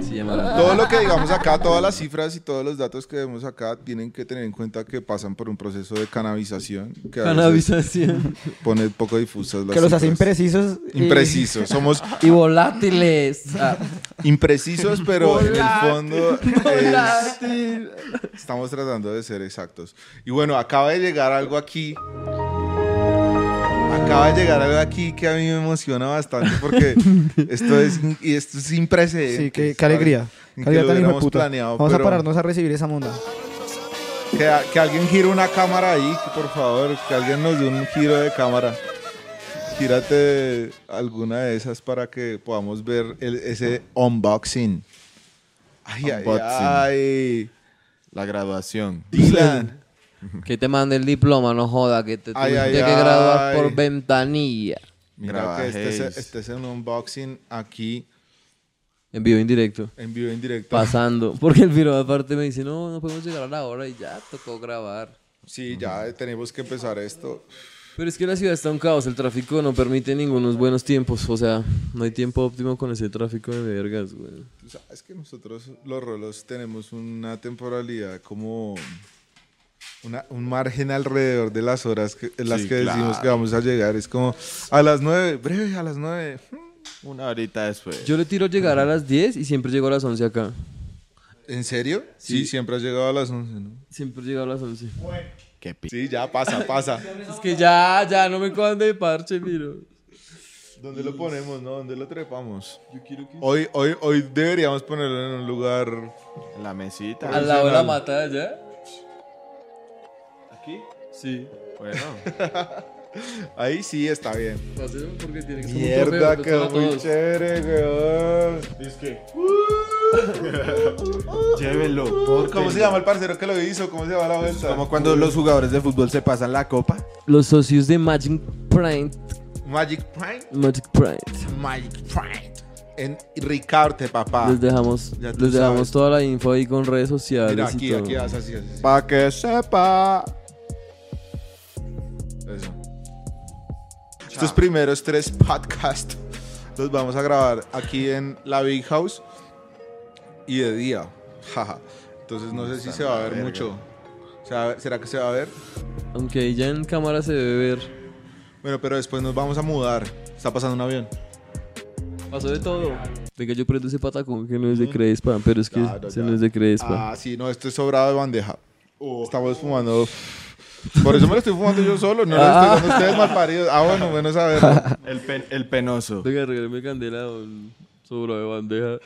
[SPEAKER 4] Sí, amaranto.
[SPEAKER 2] Todo lo que digamos acá, todas las cifras y todos los datos que vemos acá tienen que tener en cuenta que pasan por un proceso de cannabización que a veces
[SPEAKER 4] Cannabización.
[SPEAKER 2] pone un poco difusas las
[SPEAKER 6] Que los hace
[SPEAKER 2] cifras.
[SPEAKER 6] imprecisos. y-
[SPEAKER 2] Imprecisos. Somos
[SPEAKER 4] Y volátiles. Ah,
[SPEAKER 2] imprecisos, pero en el
[SPEAKER 4] Volátil,
[SPEAKER 2] fondo es-
[SPEAKER 4] volátil.
[SPEAKER 2] estamos tratando de ser exactos. Y bueno, acaba de llegar algo aquí. Acaba de llegar algo aquí que a mí me emociona bastante porque esto es, y esto es sin precedentes.
[SPEAKER 6] Sí, qué, qué alegría.
[SPEAKER 2] Ni
[SPEAKER 6] Qué
[SPEAKER 2] que
[SPEAKER 6] alegría
[SPEAKER 2] lo
[SPEAKER 6] tan
[SPEAKER 2] hubiéramos
[SPEAKER 6] hijueputa.
[SPEAKER 2] planeado,
[SPEAKER 6] Vamos
[SPEAKER 2] pero-
[SPEAKER 6] a pararnos a recibir esa monda.
[SPEAKER 2] Que, que alguien gire una cámara ahí, que por favor. Que alguien nos dé un giro de cámara. Gírate alguna de esas para que podamos ver el- ese unboxing. Ay, ay,
[SPEAKER 5] Unboxing.
[SPEAKER 2] ay.
[SPEAKER 5] La graduación.
[SPEAKER 2] Dylan.
[SPEAKER 4] Que te mande el diploma, no joda, que te
[SPEAKER 2] Ay,
[SPEAKER 4] tuviste
[SPEAKER 2] ay,
[SPEAKER 4] que
[SPEAKER 2] ay.
[SPEAKER 4] graduar por ventanilla.
[SPEAKER 2] Mira que este es,
[SPEAKER 5] Grabajéis.
[SPEAKER 2] este es un unboxing aquí
[SPEAKER 4] En vivo, en directo.
[SPEAKER 2] en vivo en directo.
[SPEAKER 4] Pasando. Porque el piro aparte me dice, no, no podemos llegar a la hora y ya tocó grabar.
[SPEAKER 2] Sí, ya tenemos que empezar esto.
[SPEAKER 4] Pero es que la ciudad está un caos, el tráfico no permite ningunos buenos tiempos. O sea, no hay tiempo óptimo con ese tráfico de vergas, güey.
[SPEAKER 2] Tú sabes pues, ah, que nosotros los rolos tenemos una temporalidad como una- un margen alrededor de las horas que, en las
[SPEAKER 5] Sí,
[SPEAKER 2] que decimos
[SPEAKER 5] claro.
[SPEAKER 2] que vamos a llegar. Es como a las nueve, breve, a las nueve.
[SPEAKER 5] Una horita después.
[SPEAKER 4] Yo le tiro llegar a las 10 y siempre llego a las 11 acá.
[SPEAKER 2] ¿En serio? Sí,
[SPEAKER 4] Sí.
[SPEAKER 2] siempre has llegado a las once, ¿no?
[SPEAKER 4] Siempre llego a las 11.
[SPEAKER 5] Qué pi-
[SPEAKER 2] Sí, ya pasa, pasa.
[SPEAKER 4] Es que ya, ya, no me cojan de parche, miro.
[SPEAKER 2] ¿Dónde lo ponemos, no? ¿Dónde lo trepamos? Hoy, hoy, hoy deberíamos ponerlo en un lugar
[SPEAKER 5] La mesita.
[SPEAKER 4] Al lado de la mata de allá. ¿Aquí? Sí.
[SPEAKER 5] Bueno.
[SPEAKER 2] Ahí sí está bien.
[SPEAKER 4] Pasemos porque tiene que ser un
[SPEAKER 2] Mierda,
[SPEAKER 4] trofeo, pues,
[SPEAKER 2] quedó
[SPEAKER 4] para
[SPEAKER 2] muy
[SPEAKER 4] todos.
[SPEAKER 2] chévere, weón.
[SPEAKER 5] Llévelo. Por
[SPEAKER 2] ¿Cómo se llama el parcero que lo hizo? ¿Cómo se llama la vuelta?
[SPEAKER 5] Como cuando los jugadores de fútbol se pasan la copa.
[SPEAKER 4] Los socios de Magic Print.
[SPEAKER 2] Magic Prime.
[SPEAKER 4] Magic Print.
[SPEAKER 2] Magic Prime. En Ricarte, papá.
[SPEAKER 4] Les dejamos,
[SPEAKER 2] Ah, ya tú
[SPEAKER 4] les
[SPEAKER 2] sabes.
[SPEAKER 4] dejamos toda la info ahí con redes sociales.
[SPEAKER 2] Mira,
[SPEAKER 4] y
[SPEAKER 2] aquí,
[SPEAKER 4] todo.
[SPEAKER 2] aquí, ah. haz así, así. así.
[SPEAKER 5] Pa' que sepa.
[SPEAKER 2] Eso. Estos primeros tres podcasts los vamos a grabar aquí en la Big House y de día. Jaja. Entonces no sé si se va a ver mucho. ¿Se va a ver- ¿Será que se va a ver?
[SPEAKER 4] Aunque ya en cámara se debe ver.
[SPEAKER 2] Bueno, pero después nos vamos a mudar. Está pasando un avión.
[SPEAKER 4] Pasó de todo. Venga, yo prendo ese patacón que no es de Crespa, pero es que
[SPEAKER 2] Mm. Claro,
[SPEAKER 4] se
[SPEAKER 2] ya.
[SPEAKER 4] no es de Crespa.
[SPEAKER 2] Ah, sí, no, esto es sobrado de bandeja. Estamos fumando. Por eso me lo estoy fumando yo solo, no lo estoy dando a ustedes mal paridos. Ah, bueno, bueno saberlo.
[SPEAKER 5] El, penoso.
[SPEAKER 4] Venga, regálame candela un sobro de bandeja.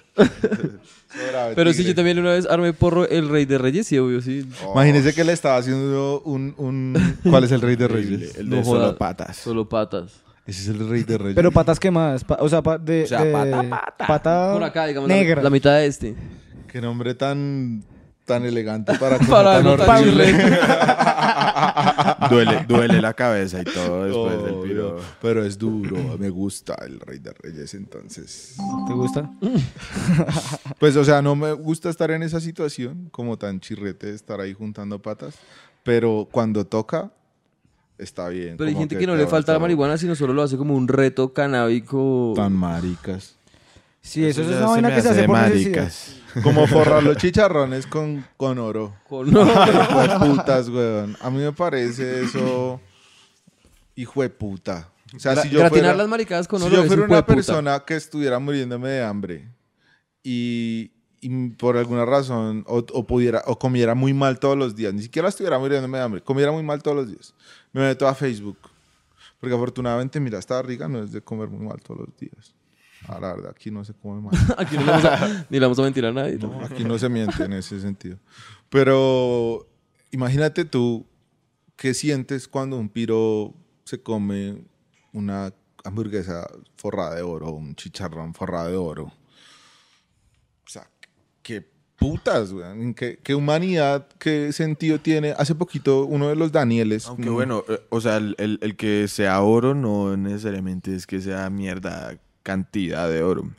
[SPEAKER 2] Sobrado de
[SPEAKER 4] Pero sí,
[SPEAKER 2] tigre.
[SPEAKER 4] yo también una vez armé porro el rey de reyes, sí, obvio, sí.
[SPEAKER 2] Imagínese que le estaba haciendo un, un- ¿Cuál es el rey de reyes?
[SPEAKER 5] El
[SPEAKER 4] No
[SPEAKER 5] de
[SPEAKER 4] joda.
[SPEAKER 5] solo patas.
[SPEAKER 4] Solo patas.
[SPEAKER 2] Ese es el rey de reyes.
[SPEAKER 6] Pero patas quemadas. pa- o sea, pa- de,
[SPEAKER 5] sea,
[SPEAKER 6] de-
[SPEAKER 5] pata,
[SPEAKER 6] pata
[SPEAKER 4] Por acá, digamos, la-
[SPEAKER 6] negra.
[SPEAKER 4] La, mitad de este.
[SPEAKER 2] Qué nombre tan, tan elegante para...
[SPEAKER 4] Para
[SPEAKER 2] tan
[SPEAKER 4] no tan
[SPEAKER 2] horrible.
[SPEAKER 4] chuleta.
[SPEAKER 5] duele, duele la cabeza y todo después del
[SPEAKER 2] Oh,
[SPEAKER 5] piro.
[SPEAKER 2] no, Pero es duro, me gusta el rey de reyes, entonces...
[SPEAKER 6] ¿Te gusta?
[SPEAKER 2] Pues, o sea, no me gusta estar en esa situación, como tan chirrete de estar ahí juntando patas, pero cuando toca, está bien.
[SPEAKER 4] Pero hay
[SPEAKER 2] como
[SPEAKER 4] gente que no
[SPEAKER 2] te
[SPEAKER 4] le
[SPEAKER 2] va
[SPEAKER 4] falta la
[SPEAKER 2] todo
[SPEAKER 4] marihuana, sino solo lo hace como un reto canábico.
[SPEAKER 2] Tan maricas.
[SPEAKER 6] Sí, eso,
[SPEAKER 5] ya
[SPEAKER 6] es una
[SPEAKER 5] se
[SPEAKER 6] vaina
[SPEAKER 5] me
[SPEAKER 6] que se
[SPEAKER 5] hace
[SPEAKER 6] hace por necesidad.
[SPEAKER 5] maricas.
[SPEAKER 2] Como forrar los chicharrones con, con oro.
[SPEAKER 4] Con- no.
[SPEAKER 2] Hijo de putas, weón. A mí me parece eso. Hijo de puta. O sea, si yo
[SPEAKER 4] Gratinar
[SPEAKER 2] fuera,
[SPEAKER 4] las maricadas con
[SPEAKER 2] si
[SPEAKER 4] oro.
[SPEAKER 2] yo
[SPEAKER 4] es
[SPEAKER 2] fuera
[SPEAKER 4] un hijo de
[SPEAKER 2] una
[SPEAKER 4] puta.
[SPEAKER 2] persona que estuviera muriéndome de hambre y, y por alguna razón o, o pudiera o comiera muy mal todos los días, ni siquiera estuviera muriéndome de hambre, comiera muy mal todos los días, me meto a Facebook. Porque afortunadamente, mira, esta barriga no es de comer muy mal todos los días. Ah, la verdad, aquí no se come mal.
[SPEAKER 4] Aquí no le vamos a- ni le vamos a mentir a nadie.
[SPEAKER 2] No, aquí no se miente en ese sentido. Pero imagínate tú, ¿qué sientes cuando un piro se come una hamburguesa forrada de oro, un chicharrón forrado de oro? O sea, qué putas, weón. ¿Qué, qué humanidad, qué sentido tiene. Hace poquito uno de los Danieles.
[SPEAKER 5] Aunque
[SPEAKER 2] un-
[SPEAKER 5] bueno, eh, o sea, el, el- el que sea oro no necesariamente es que sea mierda cantidad de oro.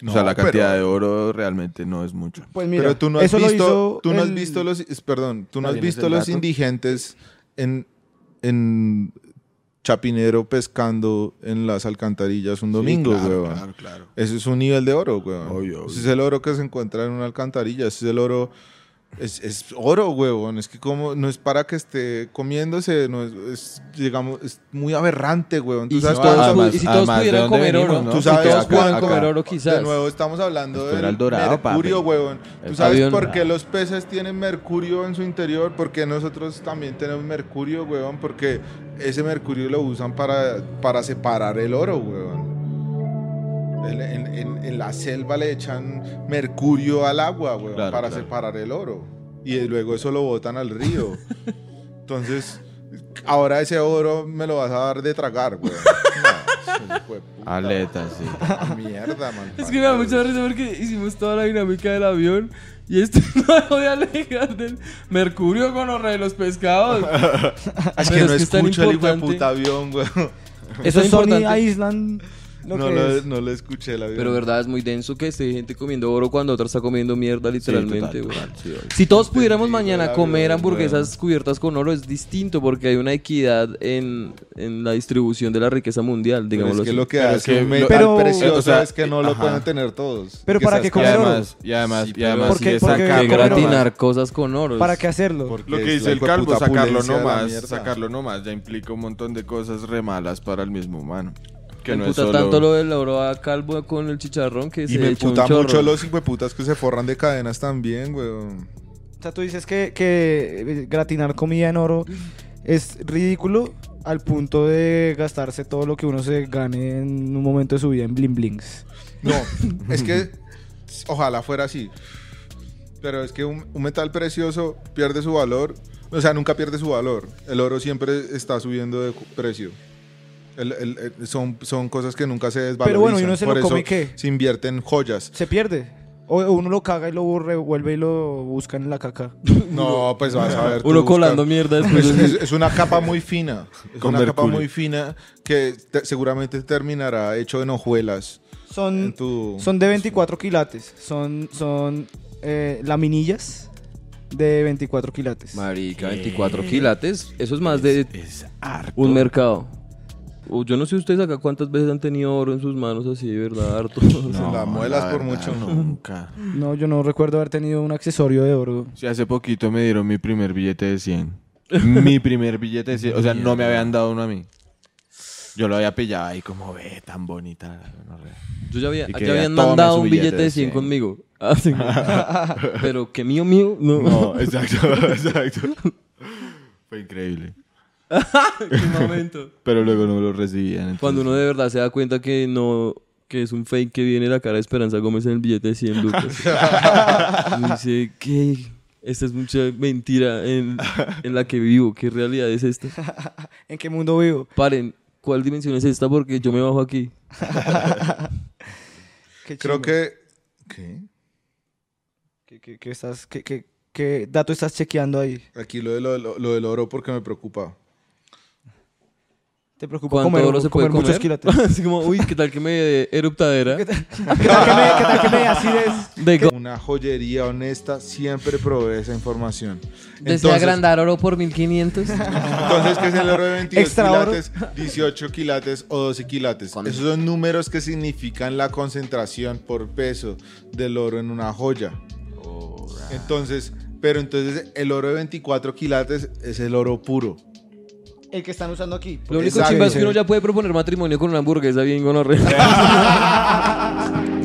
[SPEAKER 2] No,
[SPEAKER 5] o sea, la cantidad
[SPEAKER 2] pero-
[SPEAKER 5] de oro realmente no es mucho.
[SPEAKER 6] Pues mira,
[SPEAKER 2] pero tú no has
[SPEAKER 6] eso lo
[SPEAKER 2] visto,
[SPEAKER 6] hizo
[SPEAKER 2] tú no has
[SPEAKER 6] el-
[SPEAKER 2] visto los, es- perdón, tú no has
[SPEAKER 5] También es
[SPEAKER 2] visto
[SPEAKER 5] el
[SPEAKER 2] los
[SPEAKER 5] dato.
[SPEAKER 2] indigentes en, en Chapinero pescando en las alcantarillas un domingo,
[SPEAKER 5] claro,
[SPEAKER 2] weón.
[SPEAKER 5] Claro, claro.
[SPEAKER 2] Ese es un nivel de oro, weón.
[SPEAKER 5] Obvio, obvio.
[SPEAKER 2] Ese es el oro que se encuentra en una alcantarilla, ese es el oro es, es oro, weón. Es que como no es para que esté comiéndose, no es, es, digamos, es muy aberrante, weón. Tú
[SPEAKER 4] Y si,
[SPEAKER 2] sabes
[SPEAKER 4] todos,
[SPEAKER 2] todo eso-
[SPEAKER 5] además-
[SPEAKER 4] pu- y si
[SPEAKER 5] además,
[SPEAKER 4] todos
[SPEAKER 5] ¿de
[SPEAKER 4] pudieran
[SPEAKER 5] dónde
[SPEAKER 4] comer
[SPEAKER 5] venimos,
[SPEAKER 4] oro,
[SPEAKER 5] no?
[SPEAKER 4] tú
[SPEAKER 2] Tú
[SPEAKER 4] sabes,
[SPEAKER 2] sabes,
[SPEAKER 4] si todos
[SPEAKER 2] acá-
[SPEAKER 4] pudieran
[SPEAKER 2] acá-
[SPEAKER 4] comer oro, quizás.
[SPEAKER 2] De nuevo estamos hablando
[SPEAKER 5] Esto era
[SPEAKER 2] del
[SPEAKER 5] el dorado,
[SPEAKER 2] mercurio,
[SPEAKER 5] papi.
[SPEAKER 2] huevón. ¿Tú
[SPEAKER 5] El
[SPEAKER 2] sabes
[SPEAKER 4] avión.
[SPEAKER 2] por qué los peces tienen mercurio en su interior? Porque nosotros también tenemos mercurio, huevón, porque ese mercurio lo usan para, para separar el oro, huevón. En, en- en- en la selva le echan mercurio al agua, huevón,
[SPEAKER 5] Claro,
[SPEAKER 2] para
[SPEAKER 5] claro.
[SPEAKER 2] separar el oro. Y luego eso lo botan al río. Entonces, ahora ese oro me lo vas a dar de tragar, huevón. No, hijo de puta.
[SPEAKER 5] Aleta, sí.
[SPEAKER 2] Ah, Mierda, man.
[SPEAKER 4] Es que me da mucha risa porque hicimos toda la dinámica del avión y este esto no dejó de alejar del mercurio con los de los pescados.
[SPEAKER 2] Es que
[SPEAKER 4] Pero
[SPEAKER 2] no
[SPEAKER 4] es que es tan
[SPEAKER 2] escucho el hijo de
[SPEAKER 4] importante.
[SPEAKER 2] puta avión, güey.
[SPEAKER 6] Eso
[SPEAKER 4] Eso
[SPEAKER 6] es
[SPEAKER 4] es
[SPEAKER 6] Sony
[SPEAKER 4] importante.
[SPEAKER 6] Island. Lo
[SPEAKER 2] No
[SPEAKER 6] que
[SPEAKER 2] lo,
[SPEAKER 6] es.
[SPEAKER 2] no lo escuché el avión.
[SPEAKER 4] Pero verdad, es muy denso que esté gente comiendo oro cuando otra está comiendo mierda,
[SPEAKER 5] Sí,
[SPEAKER 4] literalmente,
[SPEAKER 5] total,
[SPEAKER 4] güey.
[SPEAKER 5] total, sí, obvio.
[SPEAKER 4] Si todos pudiéramos
[SPEAKER 2] Entendido,
[SPEAKER 4] mañana
[SPEAKER 2] la
[SPEAKER 4] comer
[SPEAKER 2] verdad,
[SPEAKER 4] hamburguesas cubiertas con oro es distinto porque hay una equidad en, en la distribución de la riqueza mundial,
[SPEAKER 2] Pero
[SPEAKER 4] digámoslo
[SPEAKER 2] es que
[SPEAKER 4] así.
[SPEAKER 2] lo que
[SPEAKER 5] Pero
[SPEAKER 2] hace
[SPEAKER 5] es que
[SPEAKER 2] un
[SPEAKER 5] lo-
[SPEAKER 2] metal
[SPEAKER 6] pero-
[SPEAKER 2] precioso
[SPEAKER 5] o sea,
[SPEAKER 2] es que no lo
[SPEAKER 5] ajá.
[SPEAKER 2] pueden tener todos.
[SPEAKER 6] Pero para
[SPEAKER 2] se
[SPEAKER 6] que
[SPEAKER 5] Y
[SPEAKER 6] comer
[SPEAKER 2] escape.
[SPEAKER 6] oro.
[SPEAKER 5] además, y además,
[SPEAKER 2] Sí,
[SPEAKER 5] y además,
[SPEAKER 6] pero-
[SPEAKER 5] sí,
[SPEAKER 6] Porque- porque-
[SPEAKER 5] sacarlo
[SPEAKER 4] Que
[SPEAKER 6] comer oro.
[SPEAKER 4] gratinar cosas con oro.
[SPEAKER 6] ¿Para qué hacerlo?
[SPEAKER 2] Porque
[SPEAKER 5] Lo que
[SPEAKER 2] es
[SPEAKER 5] dice
[SPEAKER 2] la
[SPEAKER 5] el calvo,
[SPEAKER 2] hijueputa
[SPEAKER 5] sacarlo
[SPEAKER 2] opulencia de la
[SPEAKER 5] nomás,
[SPEAKER 2] mierda.
[SPEAKER 5] sacarlo nomás, ya implica un montón de cosas re malas para el mismo humano.
[SPEAKER 4] me
[SPEAKER 5] Que no es
[SPEAKER 4] puta
[SPEAKER 5] solo...
[SPEAKER 4] tanto lo del oro a calvo con el chicharrón que
[SPEAKER 2] Y
[SPEAKER 4] se
[SPEAKER 2] me
[SPEAKER 4] echa un
[SPEAKER 2] emputa
[SPEAKER 4] chorro.
[SPEAKER 2] mucho los hijueputas que se forran de cadenas también, güey.
[SPEAKER 6] O sea, tú dices que, que eh, gratinar comida en oro es ridículo al punto de gastarse todo lo que uno se gane en un momento de su vida en bling blings.
[SPEAKER 2] No, es que ojalá fuera así. Pero es que un, un metal precioso pierde su valor. O sea, nunca pierde su valor. El oro siempre está subiendo de cu- precio. El- el- el- son, son cosas que nunca se desvalorizan.
[SPEAKER 6] Pero bueno, ¿y uno se lo
[SPEAKER 2] Por eso
[SPEAKER 6] come qué?
[SPEAKER 2] Se invierte en joyas.
[SPEAKER 6] Se pierde. O o uno lo caga y lo revuelve y lo buscan en la caca.
[SPEAKER 2] No, pues vas a ver. tú
[SPEAKER 4] Uno
[SPEAKER 2] busca-
[SPEAKER 4] colando mierda después.
[SPEAKER 2] Es, es- es una capa muy fina. Es
[SPEAKER 5] Con
[SPEAKER 2] una capa
[SPEAKER 5] mercurio.
[SPEAKER 2] muy fina que te- seguramente terminará hecho en hojuelas. En
[SPEAKER 6] Son,
[SPEAKER 2] tu...
[SPEAKER 6] son de 24 quilates. Son, son eh, laminillas de 24 quilates.
[SPEAKER 4] Marica, 24 quilates. Eso es más de
[SPEAKER 5] Es harto.
[SPEAKER 4] un mercado. O yo no sé ustedes acá cuántas veces han tenido oro en sus manos así, de verdad, harto.
[SPEAKER 2] No,
[SPEAKER 5] Ah,
[SPEAKER 2] la muelas por mucho, no.
[SPEAKER 5] Nunca.
[SPEAKER 6] No, yo no recuerdo haber tenido un accesorio de oro.
[SPEAKER 5] Sí, hace poquito me dieron mi primer billete de 100. mi primer billete de 100. O sea, no me habían dado uno a mí. Yo lo había pillado ahí como, ve, tan bonita. la gonorrea".
[SPEAKER 4] Yo ya, había,
[SPEAKER 5] Y
[SPEAKER 4] ya
[SPEAKER 5] que
[SPEAKER 4] habían
[SPEAKER 5] tome
[SPEAKER 4] mandado
[SPEAKER 5] su
[SPEAKER 4] un
[SPEAKER 5] billete
[SPEAKER 4] billete
[SPEAKER 5] de
[SPEAKER 4] de 100
[SPEAKER 5] cien.
[SPEAKER 4] conmigo. Ah, sí. Pero que mío, mío, no.
[SPEAKER 5] No, exacto, exacto. Fue increíble.
[SPEAKER 4] Qué momento.
[SPEAKER 5] Pero luego no lo recibían. entonces-
[SPEAKER 4] Cuando uno de verdad se da cuenta que no que es un fake que viene la cara de Esperanza Gómez en el billete de 100 lucas. Y dice, ¿qué? Esta es mucha mentira en, en la que vivo. ¿Qué realidad es esta?
[SPEAKER 6] ¿En qué mundo vivo?
[SPEAKER 4] Paren, ¿cuál dimensión es esta? Porque yo me bajo aquí.
[SPEAKER 6] Qué
[SPEAKER 2] Creo
[SPEAKER 6] chimba.
[SPEAKER 2] que... ¿Qué?
[SPEAKER 6] ¿Qué, qué- qué estás, qué, qué- qué dato estás chequeando ahí?
[SPEAKER 2] Aquí lo, de lo, lo- lo del oro porque me preocupa.
[SPEAKER 6] ¿Te preocupa
[SPEAKER 4] ¿Cuánto
[SPEAKER 6] comer,
[SPEAKER 4] oro se puede comer?
[SPEAKER 6] muchos quilates? ¿Qué
[SPEAKER 4] Así como, uy, ¿qué tal que me dé eruptadera?
[SPEAKER 6] tal que me, qué tal que me acides?
[SPEAKER 4] De go-
[SPEAKER 2] Una joyería honesta siempre provee esa información.
[SPEAKER 4] ¿Desea agrandar oro por 1500?
[SPEAKER 2] Entonces, ¿qué es el oro de 22
[SPEAKER 6] Extra oro.
[SPEAKER 2] quilates, 18 quilates o 12 quilates? Esos son números que significan la concentración por peso del oro en una joya.
[SPEAKER 6] Oh,
[SPEAKER 2] Entonces, pero entonces el oro de 24 quilates es el oro puro.
[SPEAKER 6] El que están usando aquí.
[SPEAKER 4] Lo único
[SPEAKER 2] Exacto.
[SPEAKER 4] chimba es que uno ya puede proponer matrimonio con una hamburguesa bien gonorrea.